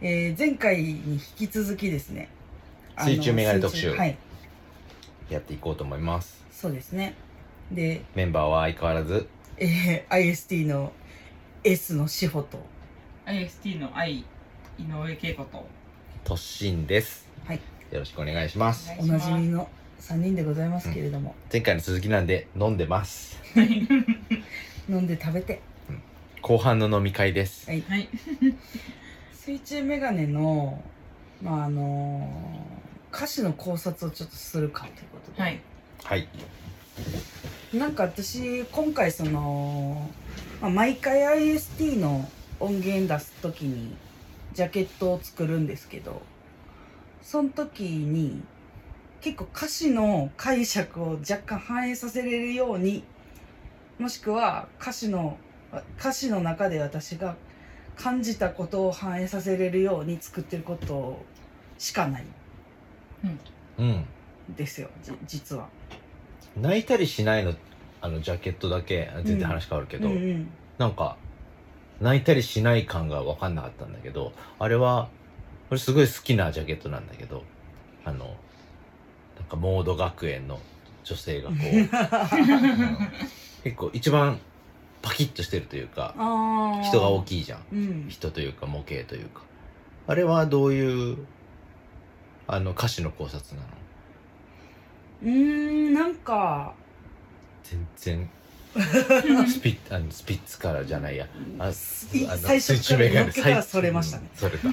Speaker 1: えー前回に引き続きですねあの
Speaker 3: 水中メガネ特集
Speaker 1: 水中はい
Speaker 3: やっていこうと思います
Speaker 1: そうですねで、
Speaker 3: メンバーは相変わらず
Speaker 1: えー IST の S の志保と
Speaker 6: IST の愛井上恵子と
Speaker 3: 突進です
Speaker 1: はい
Speaker 3: よろしくお願いします
Speaker 1: おなじみの3人でございますけれども、
Speaker 3: 前回の続きなんで飲んでます
Speaker 1: 飲んで食べて
Speaker 3: 後半の飲み会です
Speaker 6: はい
Speaker 1: 水中メガネのまああのー歌詞の考察をちょっとするかということで、
Speaker 6: はい
Speaker 3: はい
Speaker 1: なんか私今回その、まあ、毎回 IST の音源出す時にジャケットを作るんですけどその時に結構歌詞の解釈を若干反映させれるようにもしくは歌詞の歌詞の中で私が感じたことを反映させれるように作ってることしかない
Speaker 3: うん
Speaker 1: んですよじ実は。
Speaker 3: 泣いたりしないのあのジャケットだけ全然話変わるけど、
Speaker 1: うんうん
Speaker 3: なんか泣いたりしない感が分かんなかったんだけどあれは俺すごい好きなジャケットなんだけどあのなんかモード学園の女 性がこうあの結構一番パキッとしてるというか
Speaker 1: あ
Speaker 3: 人が大
Speaker 1: い、
Speaker 3: きいじゃん
Speaker 1: うん、
Speaker 3: 人というか模型というかあれはどういうあの歌詞の考察なの
Speaker 1: うーんなんか
Speaker 3: 全然スピッあのスピッツからじゃないやあ
Speaker 1: す
Speaker 3: あの
Speaker 1: 最初から色気から
Speaker 3: 最
Speaker 1: それましたね
Speaker 3: うんそれた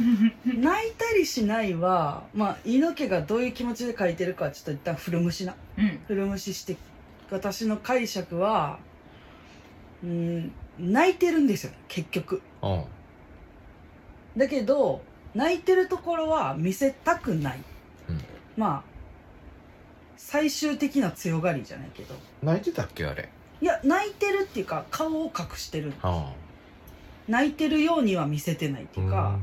Speaker 1: 泣いたりしないはまあ猪木がどういう気持ちで書いてるかはちょっと一旦古虫な
Speaker 6: うん
Speaker 1: 古虫して私の解釈はうーん泣いてるんですよ結局
Speaker 3: うん
Speaker 1: だけど泣いてるところは見せたくない、
Speaker 3: うん
Speaker 1: まあ最終的な強がりじゃないけど
Speaker 3: 泣いてたっけあれ
Speaker 1: いや泣いてるっていうか顔を隠してる
Speaker 3: あ
Speaker 1: 泣いてるようには見せてないっていうか、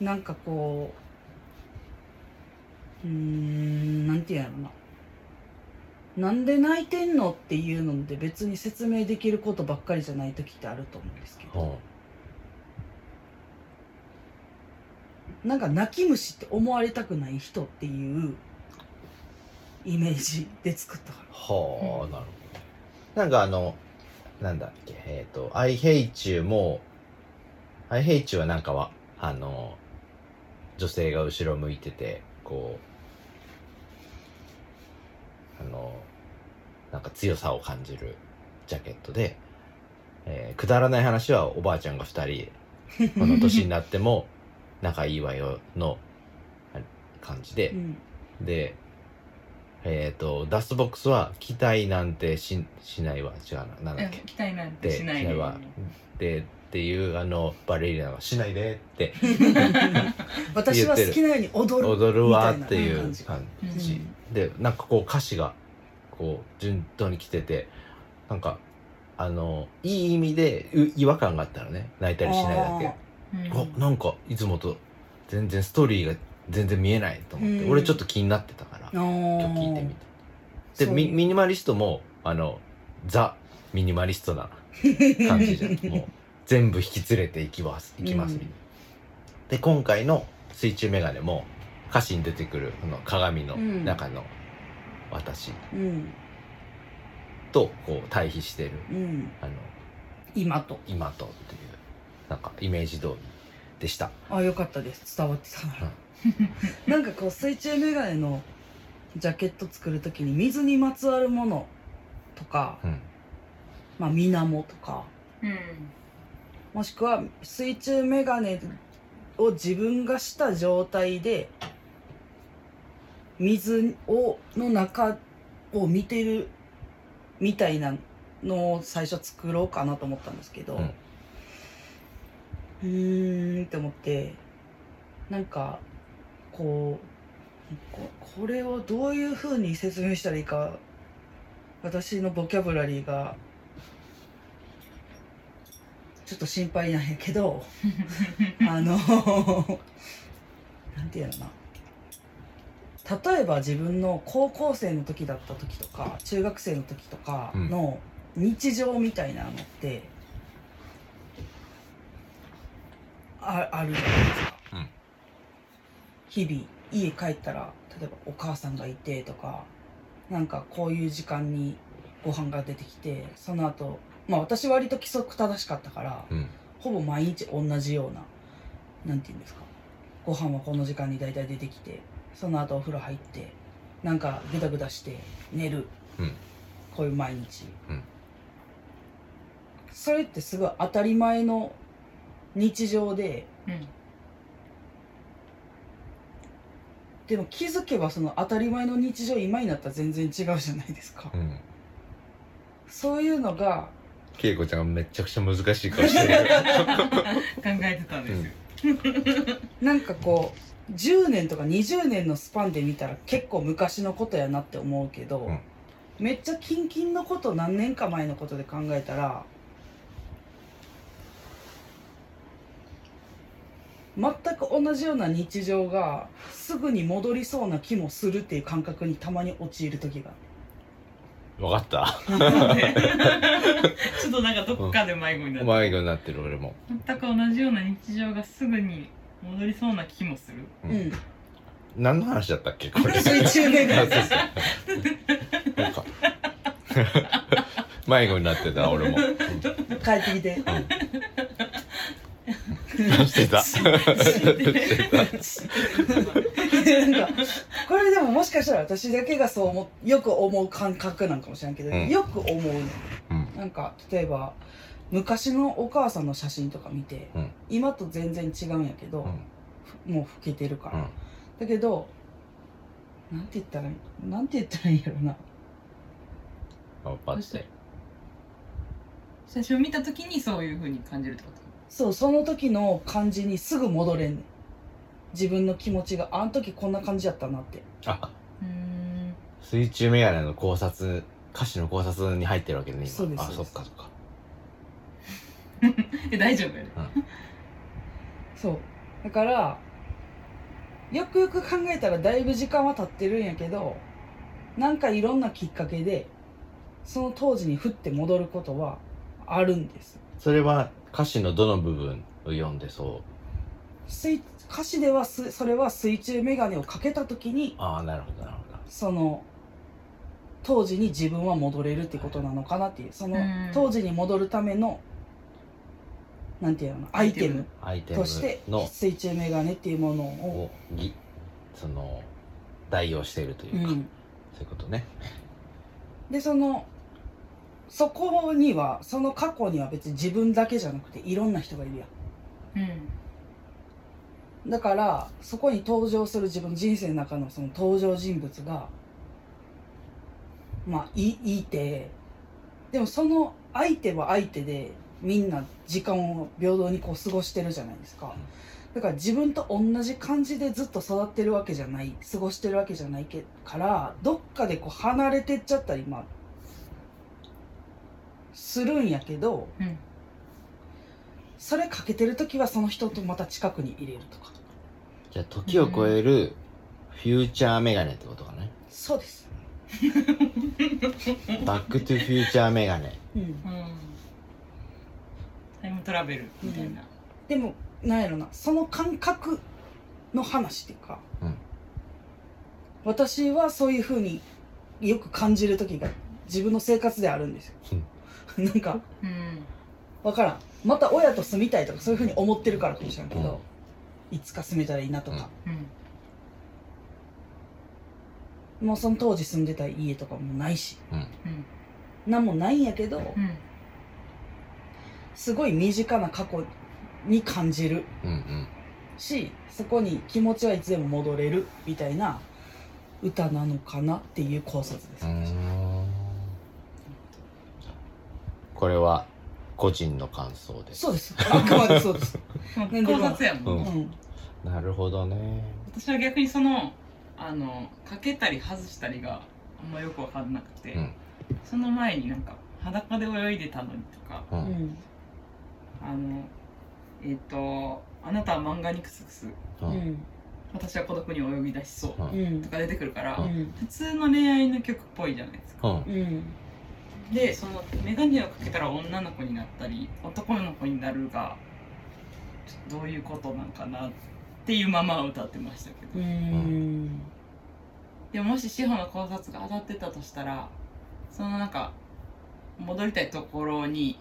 Speaker 1: なんかこう、うーん、なんて言うんやろな。なんで泣いてんのっていうので別に説明できることばっかりじゃない時ってあると思うんですけ
Speaker 3: うん
Speaker 1: ど、なんか泣き虫って思われたくない人っていうイメージで作ったから。
Speaker 3: はあなるほどねなんかあのなんだっけえっ、と「I hate you」も「I hate you」はなんかはあの女性が後ろ向いててこうあのなんか強さを感じるジャケットで、えーくだらない話はおばあちゃんが2人この年になっ ても仲いいわよのあ感じ で、
Speaker 1: うん。
Speaker 3: で、えっ、と、ダストボックスは期待なんてししないわ。違うな。なんだっけ。
Speaker 6: 期待なんて
Speaker 3: で、
Speaker 6: しないで
Speaker 3: わ。で、っていう、あの、バレリーナはしないでって、
Speaker 1: 私は好きなように踊る。
Speaker 3: 踊るわってい
Speaker 1: み
Speaker 3: う
Speaker 1: たい
Speaker 3: 感じ。で、なんかこう歌詞が、こう、順当に来てて、なんか、あの、いい意味でう違和感があったらね。泣いたりしないだけ。あなんかいつもと全然ストーリーが全然見えないと思って、
Speaker 1: うん
Speaker 3: 俺ちょっと気になってたから
Speaker 1: あ
Speaker 3: 今
Speaker 1: ー
Speaker 3: 日聞いてみたで
Speaker 1: そう
Speaker 3: ミミニマリストもあのザ・ミニマリストな感じじゃん もう全部引き連れていきますいきますみたいな、で今回の水中メガネも歌詞に出てくるこの鏡の中の私
Speaker 1: うん。
Speaker 3: とこう対比してる
Speaker 1: うん。
Speaker 3: あの
Speaker 1: 今と。
Speaker 3: 今とっていうなんかイメージ通りでした
Speaker 1: あよかったです伝わってたなら、 なんかこう水中メガネのジャケット作る時に水にまつわるものとか、
Speaker 3: うん
Speaker 1: まあ、水面とか
Speaker 6: うん
Speaker 1: もしくは水中メガネを自分がした状態で水をの中を見てるみたいなのを最初作ろうかなと思ったんですけど、
Speaker 3: うん
Speaker 1: うーんって思ってなんかこうここれをどういうふうに説明したらいいか私のボキャブラリーがちょっと心配なんやけどあのなんていうのかな例えば自分の高校生の時だった時とか中学生の時とかの日常みたいなのって、ああるじゃないですか、
Speaker 3: うん
Speaker 1: 日々家帰ったら例えばお母さんがいてとかなんかこういう時間にご飯が出てきてその後まあ私割と規則正しかったから、
Speaker 3: うん
Speaker 1: ほぼ毎日同じようななんて言うんですかご飯はこの時間に大体出てきてその後お風呂入ってなんかグダグダして寝る、
Speaker 3: うん
Speaker 1: こういう毎日、
Speaker 3: うん
Speaker 1: それってすごい当たり前の日常で
Speaker 6: うん
Speaker 1: でも気づけばその当たり前の日常今になったら全然違うじゃないですか、
Speaker 3: うん
Speaker 1: そういうのが
Speaker 3: 恵子ちゃんがめちゃくちゃ難しい顔して る
Speaker 6: 考えてたんですよ、
Speaker 1: なんかこう10年とか20年のスパンで見たら結構昔のことやなって思うけど、
Speaker 3: うん
Speaker 1: めっちゃ近々のこと何年か前のことで考えたら全く同じような日常がすぐに戻りそうな気もするっていう感覚にたまに陥る時が
Speaker 3: 分かった
Speaker 6: ちょっとなんかどこかで迷子になって、
Speaker 3: 迷子になってる俺も
Speaker 6: 全く同じような日常がすぐに戻りそうな気もする
Speaker 1: う、
Speaker 3: うんん
Speaker 1: うん、
Speaker 3: 何の話だったっけこれ
Speaker 1: 水中願
Speaker 3: あ
Speaker 1: い
Speaker 3: そうそうなんか迷子になってた俺も、うん
Speaker 1: 帰ってきて
Speaker 3: うん、してたし てた
Speaker 1: なんかこれでももしかしたら私だけがそう思うよく思う感覚なんかもしれんけど、
Speaker 3: うん
Speaker 1: よく思うね、
Speaker 3: うん
Speaker 1: なんか例えば昔のお母さんの写真とか見て、
Speaker 3: うん
Speaker 1: 今と全然違うんやけど、もう老けてるから、
Speaker 3: うん
Speaker 1: だけどなんて言ったらいいなんて言ったらいいんやろな
Speaker 3: 頑張って
Speaker 6: 写真を見た時にそういう風に感じるってこと
Speaker 1: そうその時の感じにすぐ戻れんねん自分の気持ちがあの時こんな感じやったなって
Speaker 3: あ
Speaker 6: うーん
Speaker 3: 水中メガネの考察歌詞の考察に入ってるわけね今
Speaker 1: そうです
Speaker 3: あ
Speaker 1: そう
Speaker 3: そ
Speaker 1: です
Speaker 3: っかそっか
Speaker 6: え大丈夫やね
Speaker 1: そうだからよくよく考えたらだいぶ時間は経ってるんやけどなんかいろんなきっかけでその当時にふって戻ることはあるんです
Speaker 3: それは歌詞のどの部分を読んでそう
Speaker 1: 水歌詞ではすそれは水中眼鏡をかけた時に
Speaker 3: ああなるほどなるほど
Speaker 1: その当時に自分は戻れるってことなのかなっていうその
Speaker 6: うん
Speaker 1: 当時に戻るためのなんていうのアイテム
Speaker 3: アイテム
Speaker 1: として
Speaker 3: の
Speaker 1: 水中眼鏡っていうものを、
Speaker 3: をぎその代用しているという
Speaker 1: う
Speaker 3: か、
Speaker 1: ん、
Speaker 3: そういうことね
Speaker 1: でそのそこにはその過去には別に自分だけじゃなくていろんな人がいるや
Speaker 6: うん
Speaker 1: んだからそこに登場する自分の人生の中のその登場人物がまあいいてでもその相手は相手でみんな時間を平等にこう過ごしてるじゃないですかだから自分と同じ感じでずっと育ってるわけじゃない過ごしてるわけじゃないけからどっかでこう離れてっちゃったりまあするんやけど、
Speaker 6: うん
Speaker 1: それかけてる時はその人とまた近くに入れるとか
Speaker 3: じゃあ時を超えるフューチャーメガネってことかね、
Speaker 1: そうです、
Speaker 3: バックトゥフューチャーメガネ
Speaker 1: うん
Speaker 6: うんタイムトラベルみたいな、
Speaker 1: でもなんやろなその感覚の話っていうか、
Speaker 3: うん
Speaker 1: 私はそういうふうによく感じる時が自分の生活であるんですよ、 なんか
Speaker 6: うん
Speaker 1: わからんまた親と住みたいとかそういうふうに思ってるからかもしれんけど、いつか住めたらいいなとか、
Speaker 6: うん
Speaker 1: もうその当時住んでた家とかもないし
Speaker 6: うん
Speaker 1: なんもないんやけど、
Speaker 6: うん
Speaker 1: すごい身近な過去に感じる
Speaker 3: うんうん
Speaker 1: しそこに気持ちはいつでも戻れるみたいな歌なのかなっていう考察です、
Speaker 3: うーんこれは個人の感想です
Speaker 1: そうですあくまでそうです、
Speaker 6: まあ考察やもんね、
Speaker 1: う
Speaker 3: うん
Speaker 1: ん、
Speaker 3: なるほどね
Speaker 6: 私は逆にそのあのかけたり外したりがあんまよく分かんなくて、
Speaker 3: うん
Speaker 6: その前になんか裸で泳いでたのにとか
Speaker 3: う
Speaker 1: うんん
Speaker 6: あのえっ、と「あなたは漫画にクスクス
Speaker 3: う
Speaker 1: うんん
Speaker 6: 私は孤独に泳ぎ出しそう」
Speaker 3: うん
Speaker 1: うん
Speaker 6: とか出てくるから、
Speaker 1: うん
Speaker 6: 普通の恋愛の曲っぽいじゃないですか、
Speaker 3: うん
Speaker 1: うん
Speaker 6: でその眼鏡をかけたら女の子になったり男の子になるがちょっとどういうことなんかなっていうまま歌ってましたけど、
Speaker 1: うん
Speaker 6: でももし志保の考察が当たってたとしたらそのなんか戻りたいところに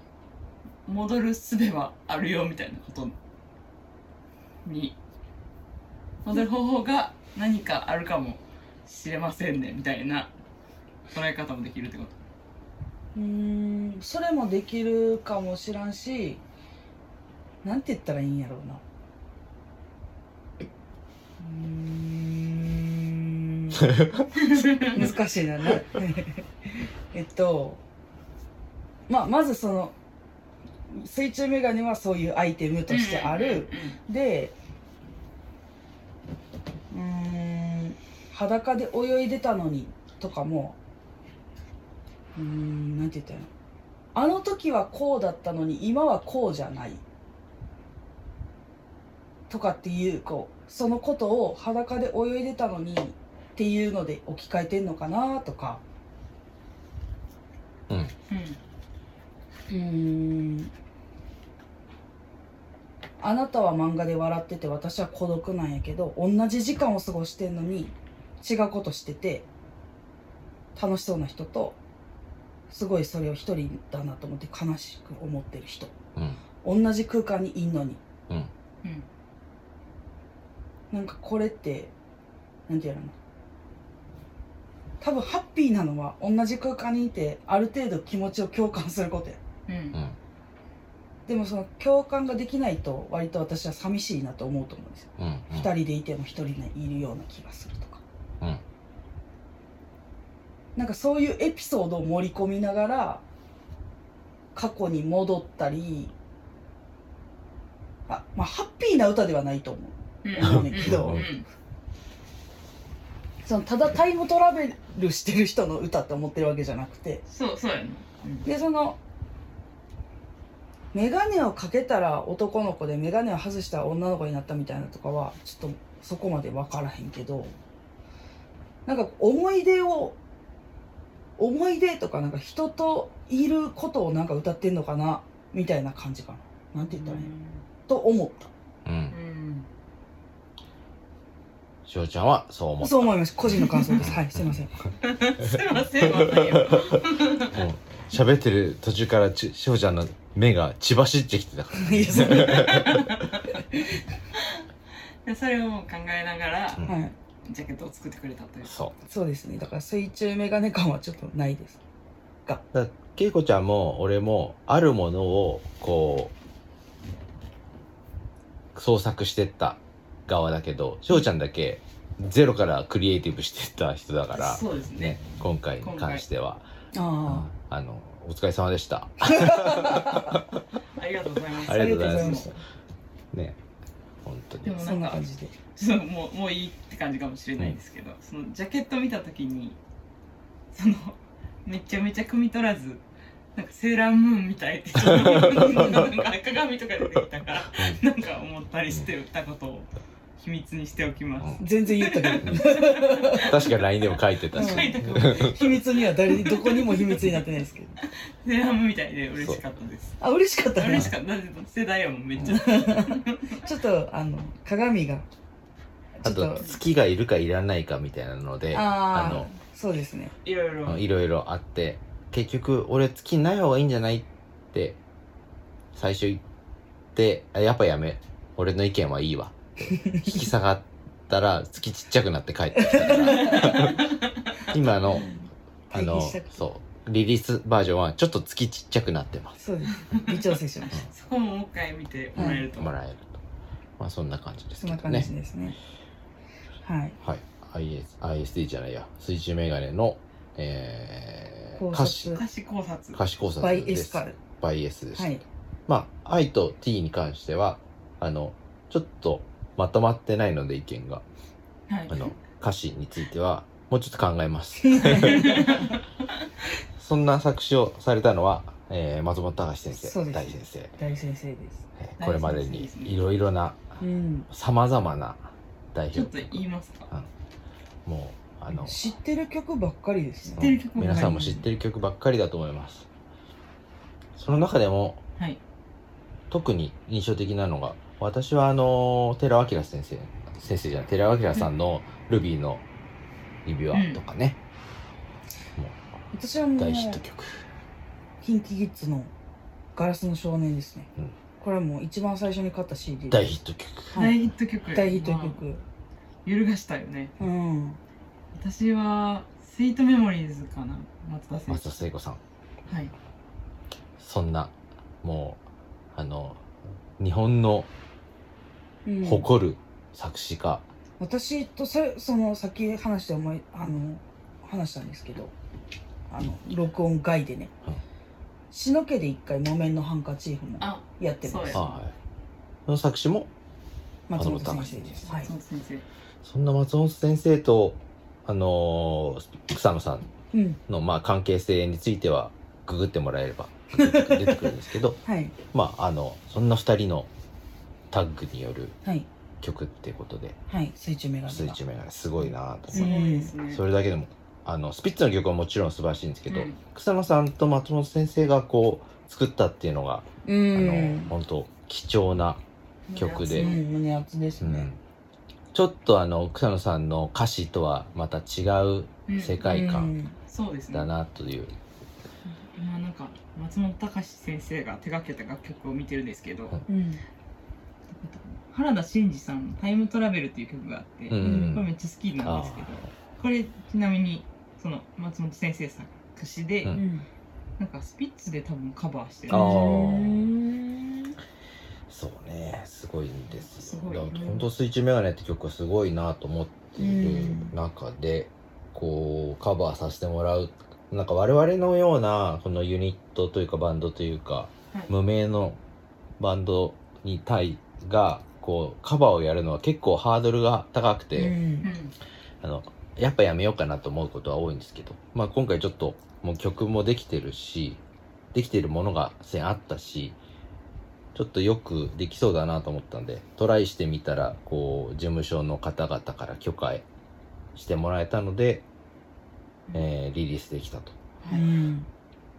Speaker 6: 戻る術はあるよみたいなことに戻る方法が何かあるかもしれませんねみたいな捉え方もできるってこと
Speaker 1: うーんそれもできるかもしらんしなんて言ったらいいんやろうなうーん難しいなな えっとまあまずその水中メガネはそういうアイテムとしてある、でうーん裸で泳いでたのにとかもうーんなんて言ったらいいのあの時はこうだったのに今はこうじゃないとかっていうこうそのことを裸で泳いでたのにっていうので置き換えてんのかなとか
Speaker 6: うん
Speaker 1: うーんあなたは漫画で笑ってて私は孤独なんやけど同じ時間を過ごしてんのに違うことしてて楽しそうな人とすごいそれを一人だなと思って悲しく思ってる人
Speaker 3: うん
Speaker 1: 同じ空間にいんのに
Speaker 6: うん
Speaker 1: なんかこれってなんていうのかな多分ハッピーなのは同じ空間にいてある程度気持ちを共感することや
Speaker 6: うん
Speaker 3: うんうん
Speaker 1: でもその共感ができないと割と私は寂しいなと思うと思うんですよ、
Speaker 3: うん
Speaker 1: 二人でいても一人でいるような気がするとか、
Speaker 3: うん
Speaker 1: なんかそういうエピソードを盛り込みながら過去に戻ったりあまあハッピーな歌ではないと思う
Speaker 6: うん
Speaker 1: ね
Speaker 6: うん
Speaker 1: けど
Speaker 6: うん
Speaker 1: そのただタイムトラベルしてる人の歌って思ってるわけじゃなくて
Speaker 6: そうそうやな、うん
Speaker 1: でその眼鏡をかけたら男の子で眼鏡を外したら女の子になったみたいなとかはちょっとそこまで分からへんけどなんか思い出を思い出とかなんか人といることをなんか歌ってんのかなみたいな感じかななんて言ったらいいの、と思っ
Speaker 3: うん
Speaker 6: うん
Speaker 3: しおちゃんはそう思
Speaker 1: た
Speaker 3: っ
Speaker 1: そう思いました個人の感想ですはいすいません
Speaker 6: すいませんまたよ
Speaker 3: たうん喋ってる途中からちしおちゃんの目が血走ってきてたから
Speaker 1: いやそれ
Speaker 6: でそれを考えながら
Speaker 3: うん
Speaker 1: はい
Speaker 6: ジャケットを作ってくれたという
Speaker 3: そう
Speaker 1: そうですねだから水中眼鏡感はちょっとないです
Speaker 3: だけいこちゃんも俺もあるものをこう創作してった側だけどしょうちゃんだけゼロからクリエイティブしてった人だから
Speaker 6: そうですね
Speaker 3: ね今回に関しては
Speaker 1: あ
Speaker 3: あのお疲れ様でした
Speaker 6: ありがとうございます
Speaker 3: ありがとうございます
Speaker 1: あ
Speaker 3: ね本当に
Speaker 6: で
Speaker 1: あ
Speaker 6: もな
Speaker 1: そん
Speaker 6: ん
Speaker 1: な
Speaker 6: か
Speaker 1: 感じで
Speaker 6: ちょっともうもういいって感じかもしれないですけど、そのジャケット見た時にそのめちゃめちゃ汲み取らずなんかセーラームーンみたいってちょっとなんか赤髪とか出てきたからなんか思ったりしてたことを秘密にしておきます。
Speaker 1: 全然言ったけど
Speaker 3: 確か LINE でも書いてたし
Speaker 6: 書いたこと
Speaker 1: 秘密には誰にどこにも秘密になってないですけど
Speaker 6: セーラームーンみたいで嬉しかったです。
Speaker 1: あ嬉しかったね
Speaker 6: 嬉しかった。だって世代やもんめっちゃ。
Speaker 1: ちょっとあの鏡がち
Speaker 3: あ
Speaker 1: ょっ
Speaker 3: と
Speaker 1: と
Speaker 3: 月がいるかいらないかみたいなので
Speaker 1: あー
Speaker 3: の
Speaker 1: そうですね
Speaker 6: いろいろ。
Speaker 3: いろいろあって結局俺月ない方がいいんじゃないって最初言ってあやっぱやめ俺の意見はいいわって引き下がったら月ちっちゃくなって帰ってきたから 今のあ
Speaker 1: 退
Speaker 3: の
Speaker 1: 避したく
Speaker 3: そうリリースバージョンはちょっと月ちっちゃくなってます
Speaker 1: そうです微調整しまし
Speaker 6: そこももう一回見てもらえると。
Speaker 3: もらえるとまあそんな感じで
Speaker 1: たそん
Speaker 3: す
Speaker 1: な
Speaker 3: けど
Speaker 1: 感じ
Speaker 3: ね
Speaker 1: ですねはい
Speaker 3: はい IS ISD じゃないや水中メガネの、えー、
Speaker 1: 考
Speaker 3: 歌詞
Speaker 1: 察
Speaker 6: 歌詞考察。
Speaker 3: 歌詞考察
Speaker 1: バイエ
Speaker 3: で
Speaker 1: ス
Speaker 3: す
Speaker 1: カル
Speaker 3: パイエスでした。
Speaker 1: はい
Speaker 3: まあ、I と T に関しては、あの、ちょっとまとまってないので意見が、
Speaker 6: はい
Speaker 3: あの、歌詞については、もうちょっと考えます。 そんな作詞をされたのは、えー松本隆先
Speaker 1: そう
Speaker 3: 生、
Speaker 1: です
Speaker 3: 大先生。
Speaker 1: 大先生です
Speaker 3: えーこれまで
Speaker 6: 大先
Speaker 3: に
Speaker 6: 生ですね
Speaker 3: いろいろな、
Speaker 1: うん
Speaker 3: さまざまな代
Speaker 6: ち
Speaker 3: 表
Speaker 6: ょっと言いますか
Speaker 3: もう、あの、
Speaker 1: 知ってる曲ばっかりです
Speaker 6: 知っ
Speaker 1: ね
Speaker 6: てる曲ばっかり
Speaker 3: 皆さんも知ってる曲ばっかりだと思います。その中でも、
Speaker 6: はい
Speaker 3: 特に印象的なのが私はあの寺尾明先生先生じゃない寺尾明さんの「ルビーの指輪」とかね、も
Speaker 1: 私は
Speaker 3: う
Speaker 1: もう
Speaker 3: 大ヒット曲
Speaker 1: キンキキッズの「ガラスの少年」ですね、
Speaker 3: うん
Speaker 1: これはもう一番最初に買った CD
Speaker 3: 大ヒット曲
Speaker 1: は
Speaker 6: 大
Speaker 1: い
Speaker 6: ヒット曲
Speaker 1: 大ヒット
Speaker 6: まあ
Speaker 1: 曲、
Speaker 6: 揺るがしたよね
Speaker 1: うん
Speaker 6: 私はスイートメモリーズかな松田先
Speaker 3: 松田
Speaker 6: 生
Speaker 3: 聖子さん
Speaker 6: はい
Speaker 3: そんなもうあの日本の
Speaker 1: うん
Speaker 3: 誇る作詞家、
Speaker 1: 私とそれその先話して思いあの話したんですけどあの録音外でね、
Speaker 3: うん
Speaker 1: しのけで一回木綿のハンカチーフも
Speaker 6: あ
Speaker 1: やってま
Speaker 6: そう
Speaker 1: す
Speaker 6: や
Speaker 3: はいその作詞も
Speaker 1: 松本
Speaker 3: 松本
Speaker 1: 先
Speaker 3: 隆
Speaker 1: 生です、
Speaker 3: 先
Speaker 1: はい
Speaker 6: 松、本先生
Speaker 3: そんな松本先生とあの草野さん
Speaker 1: うん
Speaker 3: のまあ関係性についてはググってもらえれば出てく出てくるんですけど
Speaker 1: はい
Speaker 3: まああのそんな2人のタッグによる
Speaker 1: はい
Speaker 3: 曲っていうことで
Speaker 1: はい水中メガネが
Speaker 3: 水中メガネすごいなと
Speaker 6: す
Speaker 3: 思
Speaker 6: ご
Speaker 3: っ
Speaker 6: いですね
Speaker 3: てそれだけでもあのスピッツの曲はもちろん素晴らしいんですけど、
Speaker 6: うん
Speaker 3: 草野さんと松本先生がこう作ったっていうのが、
Speaker 1: う
Speaker 3: あの
Speaker 1: ん
Speaker 3: 本当貴重な、曲で
Speaker 1: うん胸熱です
Speaker 3: うん
Speaker 1: ね、
Speaker 3: ちょっとあの草野さんの歌詞とはまた違う
Speaker 6: うん
Speaker 3: 世界観
Speaker 6: そうですね
Speaker 3: だなという、
Speaker 6: 今なんか松本隆先生が手掛けた楽曲を見てるんですけど、
Speaker 3: うん
Speaker 1: うん、うん
Speaker 6: 原田真二さんの「タイムトラベル」っていう曲があって、
Speaker 3: うん
Speaker 6: これめっちゃ好きなん
Speaker 3: あ
Speaker 6: ですけどこれちなみにその松本先生作詞で、
Speaker 3: う
Speaker 1: うんん
Speaker 6: なんかスピッツで多分カバーしてる
Speaker 3: あー
Speaker 1: うん
Speaker 3: ーそうねすごいんですよ
Speaker 6: すごい
Speaker 3: だから本当水中メガネって曲はすごいなと思っていう中でこうカバーさせてもらうなんか我々のようなこのユニットというかバンドというか、
Speaker 6: はい
Speaker 3: 無名のバンドに対がこうカバーをやるのは結構ハードルが高く
Speaker 1: う
Speaker 3: て、
Speaker 6: うんん
Speaker 3: あのやっぱやめようかなと思うことは多いんですけど、まあ、今回ちょっともう曲もできてるしできてるものがすでにあったしちょっとよくできそうだなと思ったんでトライしてみたらこう事務所の方々から許可してもらえたので、えーリリースできたと
Speaker 1: うん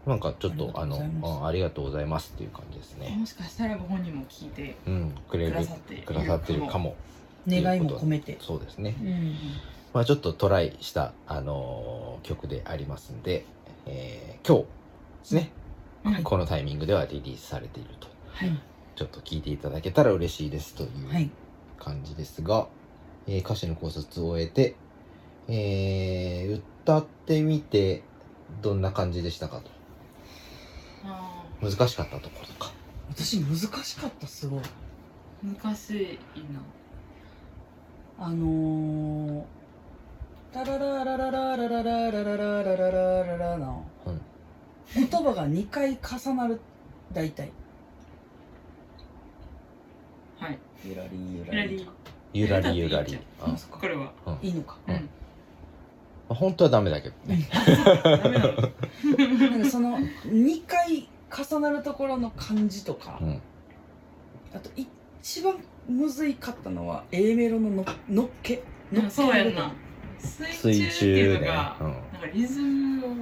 Speaker 3: なんかちょっとあ
Speaker 1: ありがとうご
Speaker 3: の
Speaker 1: ざいます
Speaker 3: うんありがとうございますっていう感じですね、
Speaker 6: もしかしたらご本人も聞いて
Speaker 3: うん、くれる
Speaker 6: くださっている
Speaker 3: くださってるかも
Speaker 1: 願いも込めて
Speaker 3: そうですね
Speaker 1: うん
Speaker 3: まあ、ちょっとトライした、あのー曲でありますんで、えー今日ですね、
Speaker 6: はい
Speaker 3: このタイミングではリリースされていると、
Speaker 1: はい
Speaker 3: ちょっと聞いていただけたら嬉しいですとい
Speaker 1: は
Speaker 3: う
Speaker 1: い
Speaker 3: 感じですが、えー歌詞の考察を終えて、えー歌ってみてどんな感じでしたかと
Speaker 6: あ
Speaker 3: 難しかったところとか
Speaker 1: 私難しかったすごい
Speaker 6: ー難しいな
Speaker 1: あのー、タララララララララララララララララの、
Speaker 3: うん
Speaker 1: 言葉が2回重なる大体
Speaker 6: はい
Speaker 1: ゆらりゆ
Speaker 6: ゆらり
Speaker 3: ゆらりゆらり
Speaker 6: う
Speaker 3: あ
Speaker 6: んこれはい
Speaker 1: いのか
Speaker 6: うん
Speaker 3: 本当はダメだけどね、
Speaker 6: ダメなの
Speaker 1: なんかその2回重なるところの感じとか
Speaker 3: うん
Speaker 1: あと一番むずいかったのは A メロのののっけ
Speaker 6: で
Speaker 1: の
Speaker 6: も
Speaker 1: っ
Speaker 6: そうやん
Speaker 1: け
Speaker 6: な水中
Speaker 3: 水
Speaker 6: って
Speaker 3: 中
Speaker 6: いうの
Speaker 3: ね
Speaker 6: が、
Speaker 3: うん
Speaker 6: なんかリズムをど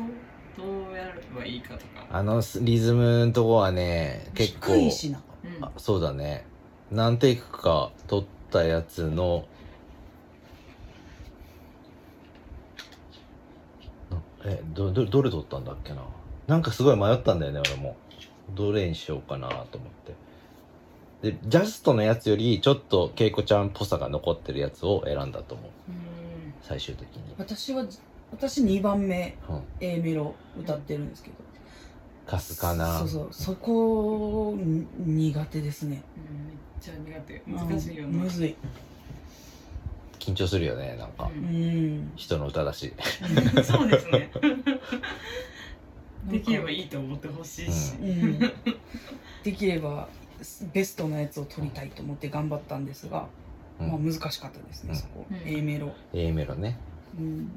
Speaker 6: うやればいいかとか、
Speaker 3: あのリズムのとこはね結構
Speaker 1: 低いしな
Speaker 6: うん
Speaker 3: あそうだね何テイクか撮ったやつのなえどどどれ撮ったんだっけななんかすごい迷ったんだよね俺もどれにしようかなと思ってでジャストのやつよりちょっと恵子ちゃんっぽさが残ってるやつを選んだと思う
Speaker 6: うん
Speaker 3: 最終的に、
Speaker 1: 私は私2番目
Speaker 3: うん、
Speaker 1: A メロ歌ってるんですけど
Speaker 3: かすかな
Speaker 1: そうそうそこに苦手ですね
Speaker 6: うんめっちゃ苦手難しいよ
Speaker 1: うん
Speaker 6: な、
Speaker 1: むずい
Speaker 3: 緊張するよねなんか
Speaker 1: うん
Speaker 3: 人の歌だし
Speaker 6: うんそうですね できればいいと思ってほしいし、
Speaker 1: うん、できればベストなやつを取りたいと思って頑張ったんですが、
Speaker 3: うん
Speaker 1: まあ難しかったですね、
Speaker 3: うん
Speaker 1: そこ、
Speaker 6: うん
Speaker 1: A メロ、
Speaker 3: A メロね
Speaker 1: うん、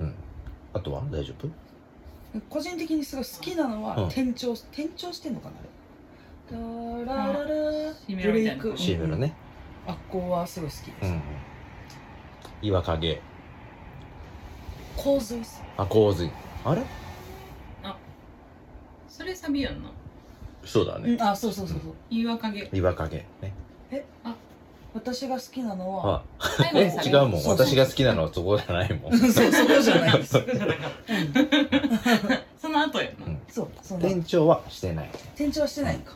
Speaker 3: うんあとは大丈夫
Speaker 1: 個人的にすごい好きなのは
Speaker 3: うん
Speaker 1: 転調、転調してんのかなあれダラララ
Speaker 6: シメロみたいな
Speaker 1: ブレイク
Speaker 3: C メロね
Speaker 1: あっこはすごい好きです、
Speaker 3: うん岩陰
Speaker 1: 洪水さ
Speaker 3: あ洪水あれ
Speaker 6: それサビやんな
Speaker 3: そうだ
Speaker 1: ん、う
Speaker 3: ね
Speaker 1: ん、あそうそうそうそう
Speaker 6: 岩陰
Speaker 3: 岩陰ね
Speaker 1: 私が好きなのは
Speaker 3: あ
Speaker 6: 最後
Speaker 3: え
Speaker 6: のサ
Speaker 3: 違
Speaker 6: ビ
Speaker 3: うもん
Speaker 1: そうそう
Speaker 3: 私が好きなのはそこじゃないも ん
Speaker 1: そうそこじゃ ない
Speaker 6: そこじゃなかったその後やな、
Speaker 3: うん
Speaker 1: そうその
Speaker 3: 転調はしてない
Speaker 1: 転調はしてないんか、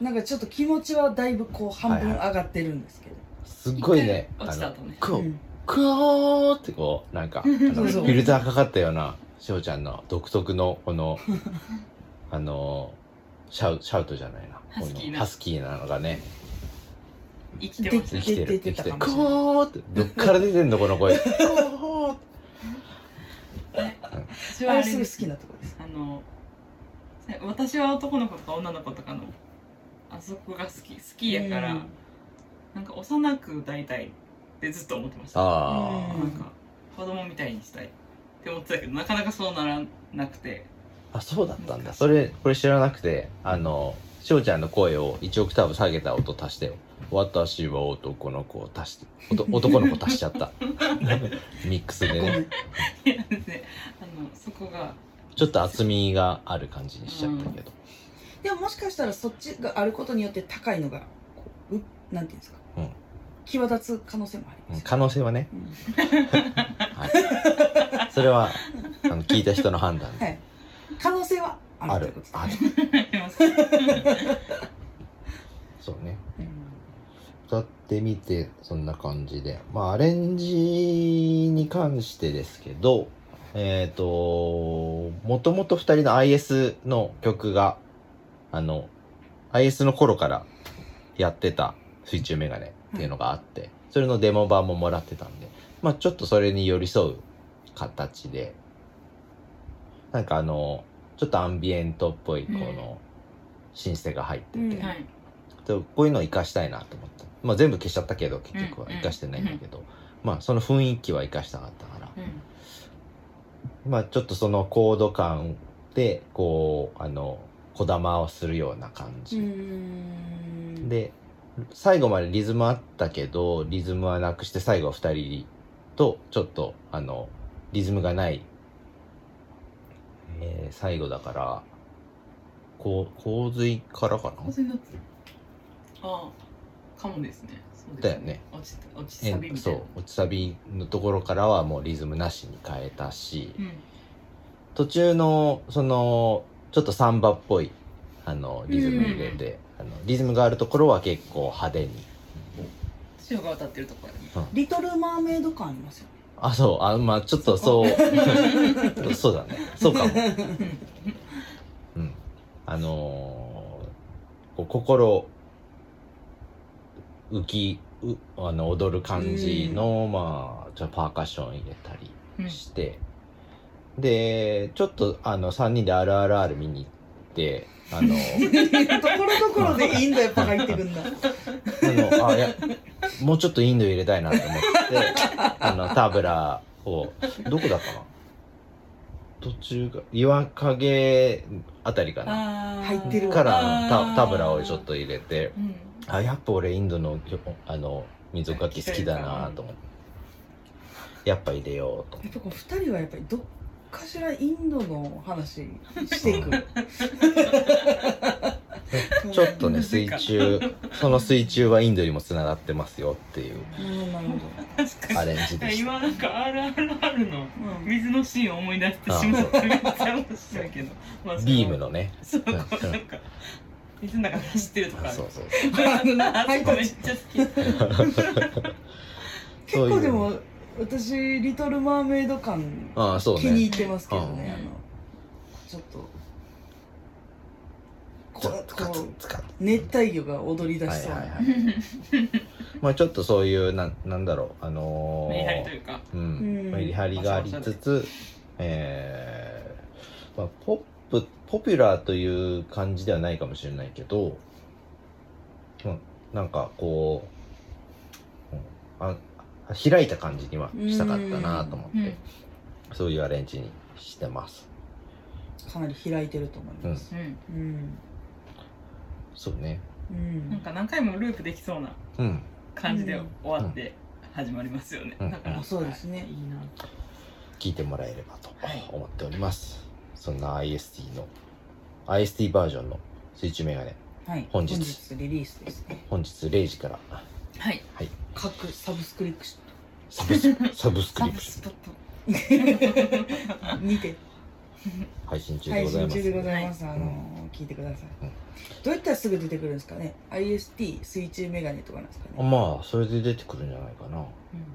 Speaker 1: なんかちょっと気持ちはだいぶこう半分上がってるんですけど、
Speaker 3: すっごいね
Speaker 6: 一回落
Speaker 3: あ
Speaker 6: ちた
Speaker 3: の
Speaker 6: 後ね
Speaker 3: クオ
Speaker 1: うん
Speaker 3: クオーってこうなんかあの
Speaker 1: そうそう
Speaker 3: フィルターかかったようなしおちゃんの独特のこの あのシャウシャウトじゃないな
Speaker 6: ハスキーな
Speaker 3: このハスキーなのがね
Speaker 6: 生きてまし
Speaker 3: 生
Speaker 6: たね
Speaker 3: きてる
Speaker 1: 出て
Speaker 3: 生
Speaker 1: た
Speaker 3: きてる
Speaker 1: か
Speaker 3: ク
Speaker 1: もしれない
Speaker 3: オーってどっから出てんのこ の声クオーって
Speaker 6: 私は
Speaker 1: あれ
Speaker 6: あれ
Speaker 1: すご
Speaker 6: で
Speaker 1: い好
Speaker 6: す
Speaker 1: きなところです
Speaker 6: あの私は男の子とか女の子とかのあそこが好き好きやから、
Speaker 1: うん
Speaker 6: なんか幼く歌いたいってずっと思ってました
Speaker 3: あ
Speaker 1: う
Speaker 3: あ
Speaker 1: ん
Speaker 6: なんか子供みたいにしたいって思ってたけどなかなかそうならなくて
Speaker 3: あそうだったんだそれこれ知らなくてあのしおちゃんの声を1オクターブ下げた音足してよ私は男の子を足しておと男の子足しちゃった ミックスで
Speaker 1: ごめ
Speaker 3: ね
Speaker 1: ん
Speaker 6: いや ですねあのそこが
Speaker 3: ちょっと厚みがある感じにしちゃったけど、
Speaker 1: でももしかしたらそっちがあることによって高いのがこううなんていうんですか、
Speaker 3: うん
Speaker 1: 際立つ可能性もあり
Speaker 3: う
Speaker 1: ま
Speaker 3: ん
Speaker 1: す、
Speaker 3: 可能性は ね、はい、それはあの聞いた人の判断で
Speaker 1: はい、可能性はある
Speaker 3: あ
Speaker 1: とい
Speaker 3: る
Speaker 1: うことです
Speaker 3: ある
Speaker 6: あります
Speaker 3: そうね
Speaker 1: うん
Speaker 3: 歌ってみてそんな感じでまあアレンジに関してですけどえっ、ともともと2人の IS の曲があの IS の頃からやってた水中メガネっていうのがあって、それのデモ版ももらってたんでまあちょっとそれに寄り添う形でなんかあのちょっとアンビエントっぽいこのシンセが入ってて、
Speaker 1: うん
Speaker 6: はい
Speaker 3: でこういうのを生かしたいなと思った、まあ、全部消しちゃったけど結局は
Speaker 6: うんうん
Speaker 3: 生かしてないんだけど、まあその雰囲気は生かしたかったから、
Speaker 6: うん
Speaker 3: まあちょっとそのコード感でこうあのこだまをするような感
Speaker 1: うー
Speaker 3: じ、
Speaker 1: ん
Speaker 3: で最後までリズムあったけどリズムはなくして最後は2人とちょっとあのリズムがない、えー最後だからこう洪水からかな
Speaker 6: 洪水のああかもですねそうで
Speaker 3: だ
Speaker 6: す
Speaker 3: よね
Speaker 6: 落ちた落ち
Speaker 3: え
Speaker 6: サビみた
Speaker 3: そ
Speaker 6: いな
Speaker 3: う落ちサビのところからはもうリズムなしに変えたし、
Speaker 6: うん
Speaker 3: 途中のそのちょっとサンバっぽいあのリズム入れて、あのリズムがあるところは結構派手に
Speaker 6: 潮が渡ってるところに
Speaker 1: リトル・マーメイド感ありますよね
Speaker 3: あそうあまあちょっとそう そうだねそうかもうんあのーこう心浮きうあの踊る感じの、まあちょっとパーカッション入れたり
Speaker 6: うん
Speaker 3: して、でちょっとあの3人で「RRR」見に行ってあの
Speaker 1: ところどころでいいんだよバカ言ってくんだ
Speaker 3: あのあいやもうちょっとインド入れたいなと思ってあのタブラをどこだかな途中か岩陰あたりかな
Speaker 6: 入
Speaker 1: 入ってる
Speaker 3: からタタブラをちょっと入れて
Speaker 6: うん
Speaker 3: あやっぱ俺インドのあの民族楽器好きだなと思ってやっぱ入れようと思って
Speaker 1: やっぱこう2人はやっぱりどっかしらインドの 話していく
Speaker 3: ちょっとね水中その水中はインドにもつながってますよっていう
Speaker 1: うんなる ほど、
Speaker 6: 確かに
Speaker 3: アレンジでした。
Speaker 6: 今なんか RRR の
Speaker 1: うん
Speaker 6: 水のシーンを思い出してしまってめっちゃ面白いけ ど、まあそれは
Speaker 3: ビームのね。
Speaker 6: そう こうなんか水の中で走ってるとかある
Speaker 3: そうそう。
Speaker 6: あ そこめっちゃ好き
Speaker 1: 結構でも私「リトル・マーメイド感」
Speaker 3: ああそう
Speaker 1: 気に
Speaker 3: ね。
Speaker 1: 入ってますけどね、
Speaker 6: うん
Speaker 1: あのちょっと
Speaker 3: ちょ
Speaker 1: こ
Speaker 3: つか
Speaker 1: こ
Speaker 3: つつか
Speaker 1: う熱帯魚が踊り出
Speaker 3: は
Speaker 1: し
Speaker 3: い
Speaker 1: そう
Speaker 3: はい
Speaker 1: な、
Speaker 3: はい。まあちょっとそういうなんなんだろうあのー
Speaker 6: メリハリというか
Speaker 3: う
Speaker 1: うん
Speaker 3: ん、メリハリがありつつ、えまあ、ポップポピュラーという感じではないかもしれないけど、うん、なんかこう、うんあ開いた感じにはしたかったなと思って、
Speaker 6: うん
Speaker 3: そういうアレンジにしてます。
Speaker 1: かなり開いてると思います。
Speaker 6: うん
Speaker 1: うん。
Speaker 3: そうね。
Speaker 1: う
Speaker 6: なん
Speaker 1: ん。
Speaker 6: か何回もループできそうな
Speaker 3: うん。
Speaker 6: 感じで終わって始まりますよね、
Speaker 3: うん
Speaker 6: だから、
Speaker 3: うん
Speaker 1: そうですね。
Speaker 2: いいな
Speaker 3: 聞いてもらえればと思っております。そんな IST の、IST バージョンの水中メガネ、
Speaker 1: はい。
Speaker 3: 本日
Speaker 1: リリースですね。
Speaker 3: 本日0時から
Speaker 6: はい
Speaker 1: 各サブスクリプシ
Speaker 3: サ ブスサブスク
Speaker 6: サ
Speaker 3: リ
Speaker 6: ブ
Speaker 3: プシ
Speaker 6: ス
Speaker 3: ョ
Speaker 6: ポップ
Speaker 1: ョンにて
Speaker 3: ン配 信中で
Speaker 1: 配
Speaker 3: ござい
Speaker 1: 信
Speaker 3: ます
Speaker 1: 中でご
Speaker 3: ね。
Speaker 1: ざいます。
Speaker 3: い
Speaker 1: あの聞いてください
Speaker 3: うん。
Speaker 1: どうやったらすぐ出てくるんですかね。IST 水中メガネとかなんですかね。
Speaker 3: まあ、それで出てくるんじゃないかな。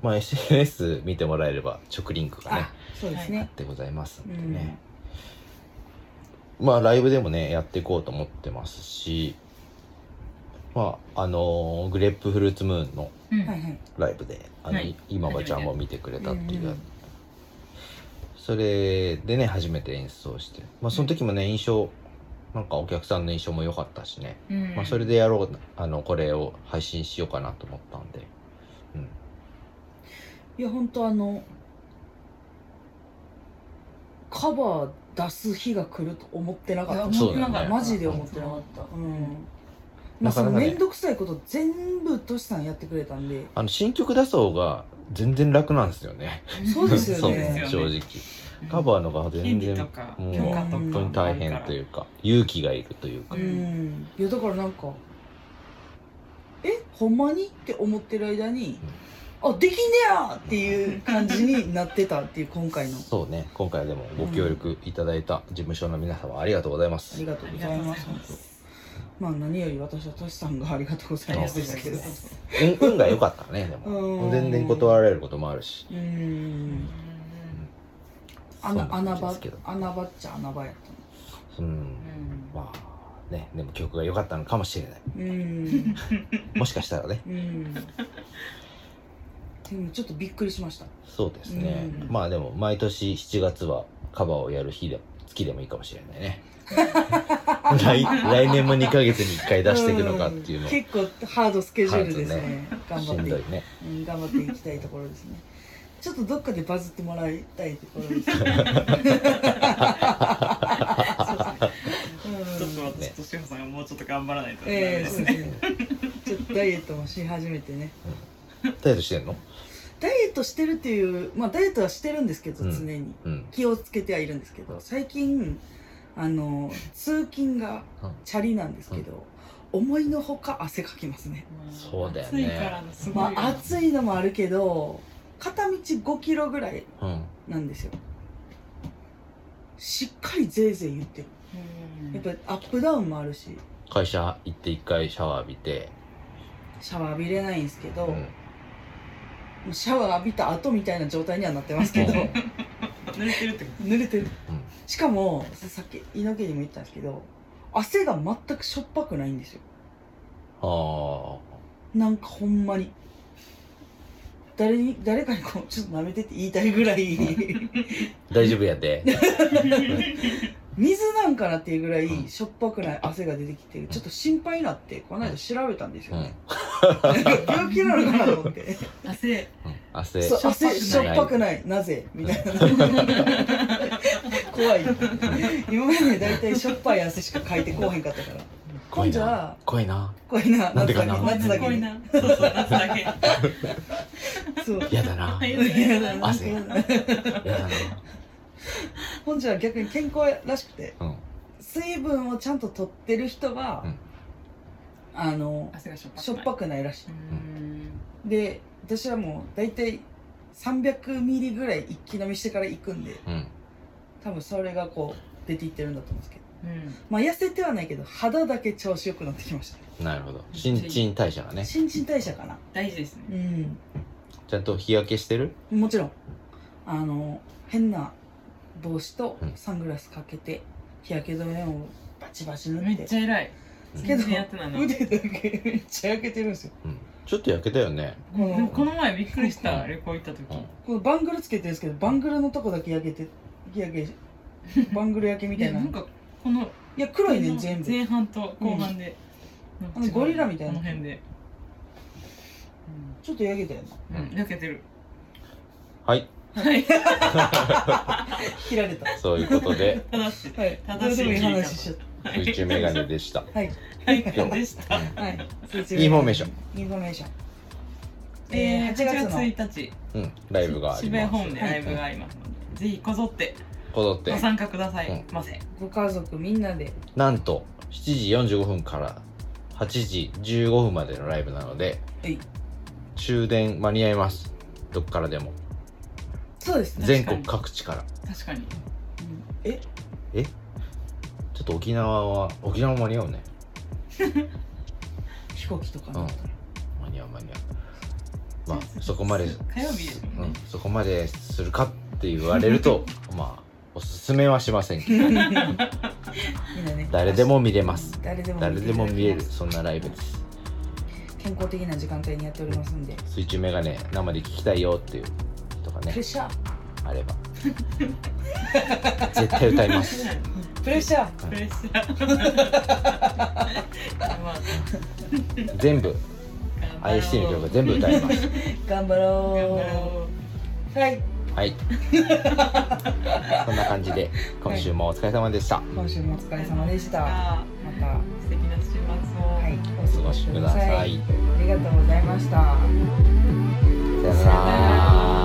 Speaker 3: まあ、SNS 見てもらえれば直リンクがね
Speaker 1: あ、、そうですね。
Speaker 3: でございますん
Speaker 1: う
Speaker 3: で
Speaker 1: ん。
Speaker 3: ね。まあ、ライブでもね、やっていこうと思ってますし、まあ、あのグレープフルーツムーンの
Speaker 6: うん
Speaker 1: はいはい。
Speaker 3: ライブで、あの、
Speaker 6: はい
Speaker 3: 今葉ちゃんも見てくれたっていう、
Speaker 1: うんうん
Speaker 3: それでね初めて演奏して、まあ、その時もね印象なんかお客さんの印象も良かったしね、
Speaker 6: うん
Speaker 3: まあ、それでやろうあのこれを配信しようかなと思ったんで、うん、
Speaker 1: いや本当あのカバー出す日が来ると思ってなかった。
Speaker 6: いや
Speaker 3: そうだ
Speaker 6: 思ってなかっ
Speaker 3: ね
Speaker 6: た
Speaker 1: マジで思ってなかった。うん。まあ
Speaker 3: なか
Speaker 1: そ
Speaker 3: な
Speaker 1: の
Speaker 3: かね
Speaker 1: 面倒くさいこと全部トシさんやってくれたんで。
Speaker 3: あの新曲出す方が全然楽なんですよね
Speaker 1: そうですよね
Speaker 3: そう正直カバーのが全
Speaker 6: 権利
Speaker 3: 然
Speaker 6: と
Speaker 3: 本
Speaker 6: か
Speaker 3: もう
Speaker 6: 許可とか
Speaker 1: 本
Speaker 3: 当に大変といううか勇気がいるというか
Speaker 1: う。
Speaker 6: うん
Speaker 1: いやだからなんかえほんまにって思ってる間に。あできんねやっていう感じになってたっていう今回の あ
Speaker 3: そうね今回でもご協力いただいた事務所の皆様ありがとうございます
Speaker 1: りがとうございます
Speaker 6: ありがとうございま
Speaker 1: 本当まあ何より私はトシさんがありがとうございますですけど
Speaker 3: 運運が良かったねで
Speaker 1: う
Speaker 3: も
Speaker 1: ん
Speaker 3: 全然断られることもあるし
Speaker 1: うん
Speaker 3: そん
Speaker 1: 穴
Speaker 3: な
Speaker 1: 穴
Speaker 3: 感じで
Speaker 1: 場
Speaker 3: すけど
Speaker 1: 穴場っちゃ穴場やった
Speaker 3: うんまあねでも曲が良かったのかもしれない
Speaker 1: のうん
Speaker 3: もしかしたらね
Speaker 1: うんでもちょっとびっくりしました
Speaker 3: そうですね
Speaker 1: うん
Speaker 3: まあでも毎年7月はカバーをやる日で月でもいいかもしれな いね来来年も2ヶ月に1回出していくのかっていうの
Speaker 1: ん
Speaker 3: を
Speaker 1: 結構ハードスケジュールですね頑
Speaker 3: し
Speaker 1: 張っ
Speaker 3: ん
Speaker 1: て
Speaker 3: どいね
Speaker 1: うん頑張っていきたいところです ねちょっとどっかでバズってもらいたいところ ですねうん
Speaker 6: ちょっと待って、ちょっと志保さんがもうちょっと頑張らないとダメ
Speaker 1: え
Speaker 6: で
Speaker 1: えそ
Speaker 6: す
Speaker 1: う
Speaker 6: ね。
Speaker 1: ですねちょっとダイエットもし始めてね
Speaker 3: ダイエットしてんの
Speaker 1: ダイエットしてるっていうまあダイエットはしてるんですけど
Speaker 3: う
Speaker 1: 常
Speaker 3: ん
Speaker 1: に、
Speaker 3: うん
Speaker 1: 気をつけてはいるんですけど最近あの通勤が
Speaker 3: うん
Speaker 1: チャリなんですけど、思いのほか汗かきますね、
Speaker 3: そうだよね
Speaker 6: 暑いからのすごい
Speaker 1: ま
Speaker 6: よ。
Speaker 1: あ、暑いのもあるけど片道5キロぐらい
Speaker 3: うん
Speaker 1: なんですよしっかりぜいぜい言ってる
Speaker 6: うん
Speaker 1: やっぱアップダウンもあるし
Speaker 3: 会社行って1回シャワー浴びて
Speaker 1: シャワー浴びれないんですけど、
Speaker 3: う
Speaker 1: も
Speaker 3: ん
Speaker 1: うシャワー浴びた後みたいな状態にはなってますけど、
Speaker 6: 濡れてるってこ
Speaker 1: 濡れてる、
Speaker 3: うん
Speaker 1: しかもささっき猪木にも言ったんですけど汗が全くしょっぱくないんですよ
Speaker 3: ああ
Speaker 1: なんかほんまに誰に誰かにこうちょっと舐めてって言いたいぐらい
Speaker 3: 大丈夫や で
Speaker 1: 水なんかなっていうぐら
Speaker 3: うん
Speaker 1: いしょっぱくない汗が出てきてちょっと心配になってこの間調べたんですよね、 病気なのかなと思って
Speaker 6: と。汗。
Speaker 3: うん汗
Speaker 1: そう汗し
Speaker 3: しょ
Speaker 1: ょ
Speaker 3: っ
Speaker 1: っ
Speaker 3: ぱ
Speaker 1: ぱ
Speaker 3: く
Speaker 1: く
Speaker 3: な
Speaker 1: ないなぜみたいな怖い今までだいたいしょっぱい汗しかかいてこうへんかったから
Speaker 3: 怖い
Speaker 1: 今度
Speaker 3: な
Speaker 1: は
Speaker 3: 怖いな
Speaker 1: こいな
Speaker 3: なん
Speaker 1: 夏
Speaker 3: でか
Speaker 1: だ
Speaker 3: な
Speaker 1: け夏だけ
Speaker 6: 濃い
Speaker 1: ね
Speaker 6: な。そうそう夏だけ。
Speaker 1: そう
Speaker 3: 嫌だな
Speaker 6: い
Speaker 3: 嫌
Speaker 6: や
Speaker 1: いや
Speaker 3: 汗
Speaker 1: なんか嫌だ
Speaker 3: だな
Speaker 1: 本日は逆に健康らしくて
Speaker 3: うん
Speaker 1: 水分をちゃんと取ってる人は、
Speaker 3: うん
Speaker 1: あの
Speaker 6: 汗がしょっぱくない。
Speaker 1: しょっぱくないらし
Speaker 6: うーん。
Speaker 1: いで私はもう大体300ミリぐらい一気飲みしてから行くんで
Speaker 3: うん
Speaker 1: 多分それがこう出ていってるんだと思うんですけど
Speaker 6: うん。
Speaker 1: まあ痩せてはないけど肌だけ調子よくなってきました
Speaker 3: なるほど新陳代謝がね
Speaker 1: 新陳代謝かな
Speaker 6: 大事ですね。
Speaker 1: うん
Speaker 3: ちゃんと日焼けしてる
Speaker 1: もちろんあの変な帽子と
Speaker 3: うん
Speaker 1: サングラスかけて日焼け止めをバチバチ塗
Speaker 6: め
Speaker 1: っ
Speaker 6: ってちゃ偉い。
Speaker 1: け
Speaker 6: 全
Speaker 1: ど
Speaker 6: 然やってないの。
Speaker 1: 腕だけめっちゃ焼けてるんですよ
Speaker 3: うんちょっと焼けたよね
Speaker 1: こ
Speaker 6: でも
Speaker 1: の
Speaker 6: この前びっくりした
Speaker 3: うん
Speaker 6: 旅行行った時
Speaker 3: うん
Speaker 1: このバングルつけてるんですけどバングルのとこだけ焼けて日焼けバングル焼けみた
Speaker 6: や
Speaker 1: いな
Speaker 6: ないんかこの
Speaker 1: や黒いね全部
Speaker 6: 前半と後半で、なんか違う
Speaker 1: あのゴリラみたいな
Speaker 6: この辺で、
Speaker 1: ちょっと焼けたよな
Speaker 6: うんうん、抜けてる
Speaker 3: はい
Speaker 6: はい
Speaker 1: 切られた
Speaker 3: そういうことで
Speaker 6: 正しい
Speaker 1: はいど
Speaker 6: 正
Speaker 1: う
Speaker 6: し
Speaker 1: で
Speaker 6: い
Speaker 1: もいい
Speaker 6: 切り
Speaker 1: 話しちゃっ
Speaker 6: 方はい
Speaker 3: 宇宙メガネでした
Speaker 1: はい
Speaker 6: はいでした、
Speaker 1: たはい
Speaker 3: インフォメーション
Speaker 1: ンインフォメーション
Speaker 6: えー、8
Speaker 1: 8月の
Speaker 6: 月1日
Speaker 3: うんライブがあり
Speaker 6: 渋谷
Speaker 3: ま
Speaker 6: ホー
Speaker 3: す
Speaker 6: ムでライブがありますので、ぜひこぞって
Speaker 3: こぞって
Speaker 6: ご参加くださいませ、
Speaker 1: ご家族みんなで
Speaker 3: なんと7時45分から8時15分までのライブなので
Speaker 1: はい
Speaker 3: 終電間に合いますどっからでも
Speaker 1: そうですね
Speaker 3: 全国各地から
Speaker 6: 確かに
Speaker 1: え
Speaker 3: ちょっと沖縄は沖縄も間に合うね
Speaker 1: 飛行機とか
Speaker 3: う
Speaker 1: の
Speaker 3: ん間に合う間に合うまあそこまで
Speaker 6: 火曜日ですもんね
Speaker 3: うん、そこまでするかって言われるとまあおすすめはしませんけど
Speaker 1: みんなね
Speaker 3: 誰でも見れます
Speaker 1: 誰でも
Speaker 3: 誰でも見れる
Speaker 1: ます
Speaker 3: そんなライブです
Speaker 1: 健康的な時間帯にやっておりますんで
Speaker 3: 水中メガネ生で聞きたいよっていう人が
Speaker 1: プレッ
Speaker 3: ね
Speaker 1: シャー
Speaker 3: あれば絶対歌います
Speaker 1: プレッシャー
Speaker 6: プレッシャ ーまあ
Speaker 3: 全部 IST の曲全部歌います
Speaker 1: 頑張
Speaker 6: 頑張
Speaker 1: ろ
Speaker 6: ろう
Speaker 1: うはい
Speaker 3: はいそんな感じで今週もお疲れ様でした、
Speaker 1: 今週もお疲れ様でしたまた
Speaker 6: 素敵な週末を、
Speaker 1: はい
Speaker 3: お過ごしください
Speaker 1: ありがとうございました
Speaker 3: さよなら